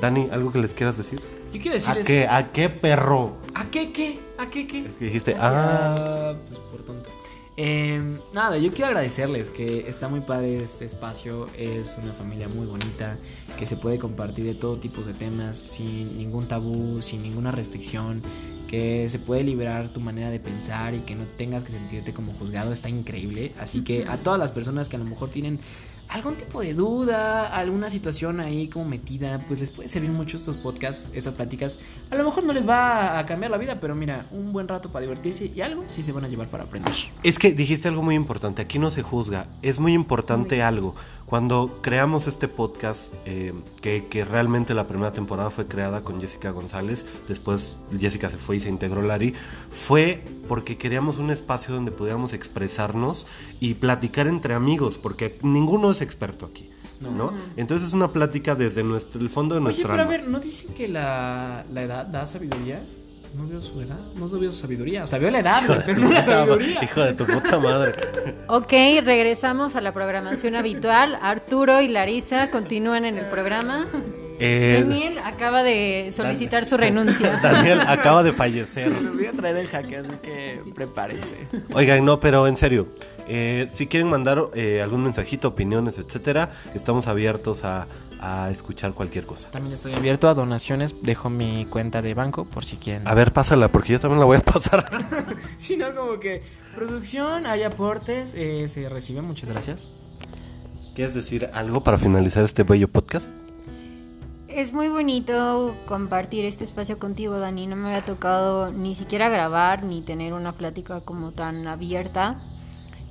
S1: Dani, ¿algo que les quieras decir?
S3: Yo quiero
S1: ¿A
S3: decirles...
S1: qué? ¿A qué perro?
S3: ¿A qué qué? ¿A qué qué?
S1: Es que dijiste, ah,
S3: pues por tonto. Eh, nada, yo quiero agradecerles que está muy padre este espacio, es una familia muy bonita, que se puede compartir de todo tipo de temas, sin ningún tabú, sin ninguna restricción, que se puede liberar tu manera de pensar y que no tengas que sentirte como juzgado, está increíble. Así que a todas las personas que a lo mejor tienen algún tipo de duda, alguna situación ahí como metida, pues les puede servir mucho estos podcasts, estas pláticas. A lo mejor no les va a cambiar la vida, pero mira, un buen rato para divertirse y algo sí se van a llevar para aprender.
S1: Es que dijiste algo muy importante, aquí no se juzga, es muy importante algo. Cuando creamos este podcast, eh, que, que realmente la primera temporada fue creada con Jessica González, después Jessica se fue y se integró Lari, fue porque queríamos un espacio donde pudiéramos expresarnos y platicar entre amigos, porque ninguno es experto aquí. ¿No? Entonces es una plática desde nuestro, el fondo de
S3: Oye,
S1: nuestra
S3: pero a
S1: alma.
S3: ver, ¿no dicen que la, la edad da sabiduría? No veo su edad, no veo su sabiduría. O sea, veo la edad, güey, pero no la sabiduría.
S1: Hijo de tu puta madre.
S2: Ok, regresamos a la programación habitual. Arturo y Larisa continúan en el programa.
S1: Eh,
S2: Daniel acaba de solicitar su renuncia.
S1: Daniel acaba de fallecer.
S3: Los voy a traer el jaque, así que prepárense.
S1: Oigan, no, pero en serio, eh, si quieren mandar eh, algún mensajito, opiniones, etcétera, estamos abiertos a, a escuchar cualquier cosa.
S3: También estoy abierto a donaciones, dejo mi cuenta de banco por si quieren.
S1: A ver, pásala, porque yo también la voy a pasar.
S3: Sino como que producción, hay aportes, eh, se recibe, muchas gracias.
S1: ¿Quieres decir algo para finalizar este bello podcast?
S2: Es muy bonito compartir este espacio contigo, Dani. No me había tocado ni siquiera grabar ni tener una plática como tan abierta.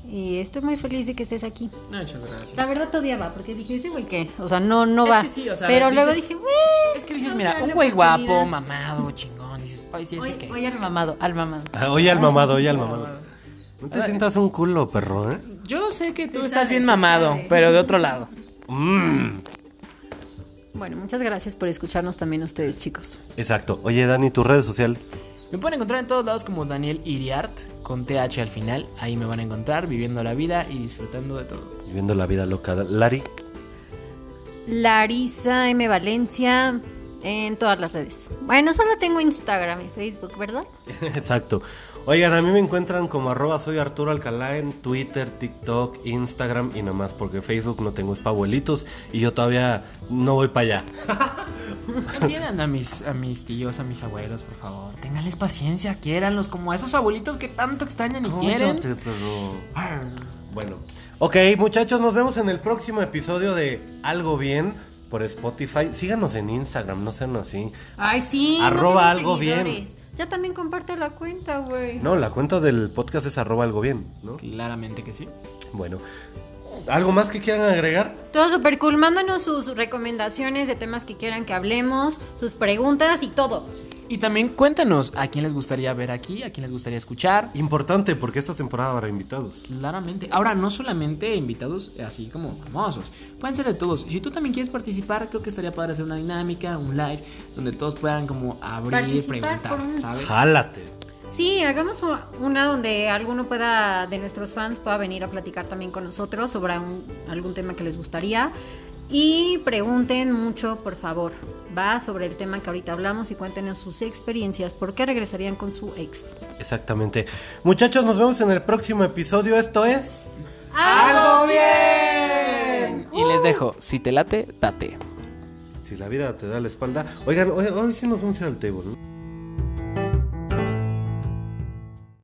S2: Y estoy muy feliz de que estés aquí.
S3: Muchas gracias.
S2: La verdad te odiaba porque dije, ese güey qué. O sea, no, no
S3: Es
S2: va.
S3: que sí, o sea,
S2: Pero luego
S3: dices-
S2: dije, güey.
S3: es que dices,
S2: no me
S3: mira,
S2: da
S3: un
S2: la
S3: güey guapo,
S2: oportunidad".
S3: mamado, chingón. Dices, ay, sí, ese
S2: Oye,
S3: que.
S2: oye al mamado, al mamado.
S1: Ah, Oye al mamado, oye al mamado. No te sientas un culo, perro, ¿eh?
S3: Yo sé que tú
S2: Sí
S3: estás
S2: sabe,
S3: bien
S2: sí
S3: mamado,
S2: sabe.
S3: pero de otro lado.
S1: Mm.
S2: Bueno, muchas gracias por escucharnos también ustedes, chicos.
S1: Exacto. Oye, Dani, tus redes sociales.
S3: Me pueden encontrar en todos lados como Daniel Iriart, con TH al final. Ahí me van a encontrar viviendo la vida y disfrutando de todo.
S1: Viviendo la vida loca. Lari,
S2: Larisa M. Valencia en todas las redes. Bueno, solo tengo Instagram y Facebook, ¿verdad?
S1: Exacto. Oigan, a mí me encuentran como arroba soy Arturo Alcalá en Twitter, TikTok, Instagram y nada más porque Facebook no tengo es pa' abuelitos y yo todavía no voy para allá.
S3: Entiendan a mis, a mis tíos, a mis abuelos, por favor. Ténganles paciencia, quiéranlos como a esos abuelitos que tanto extrañan y quieren.
S1: Cóllate, perro.
S3: Arr.
S1: Bueno. Ok, muchachos, nos vemos en el próximo episodio de Algo Bien por Spotify. Síganos en Instagram, no sean así.
S2: Ay, sí. no
S1: Arroba
S2: tenemos
S1: algo bien.
S2: seguidores. Ya también comparte la cuenta, güey.
S1: No, la cuenta del podcast es arroba algo bien, ¿no?
S3: Claramente que sí.
S1: Bueno. ¿Algo más que quieran agregar?
S2: Todo súper cool. Mándanos sus recomendaciones de temas que quieran que hablemos, sus preguntas y todo.
S3: Y también cuéntanos a quién les gustaría ver aquí, a quién les gustaría escuchar.
S1: Importante, porque esta temporada habrá invitados.
S3: Claramente. Ahora, no solamente invitados así como famosos, pueden ser de todos. Si tú también quieres participar, creo que estaría padre hacer una dinámica, un live, donde todos puedan como abrir,
S2: Participar por
S3: preguntar,
S2: un-
S3: ¿sabes?
S1: Jálate.
S2: Sí, hagamos u- una donde alguno pueda, de nuestros fans, pueda venir a platicar también con nosotros sobre un- algún tema que les gustaría. Y pregunten mucho, por favor. Va sobre el tema que ahorita hablamos y cuéntenos sus experiencias. ¿Por qué regresarían con su ex?
S1: Exactamente. Muchachos, nos vemos en el próximo episodio. Esto es...
S3: ¡Algo bien! Y les dejo, si te late, date.
S1: Si la vida te da la espalda. Oigan, hoy, hoy sí nos vamos a ir al table, ¿no?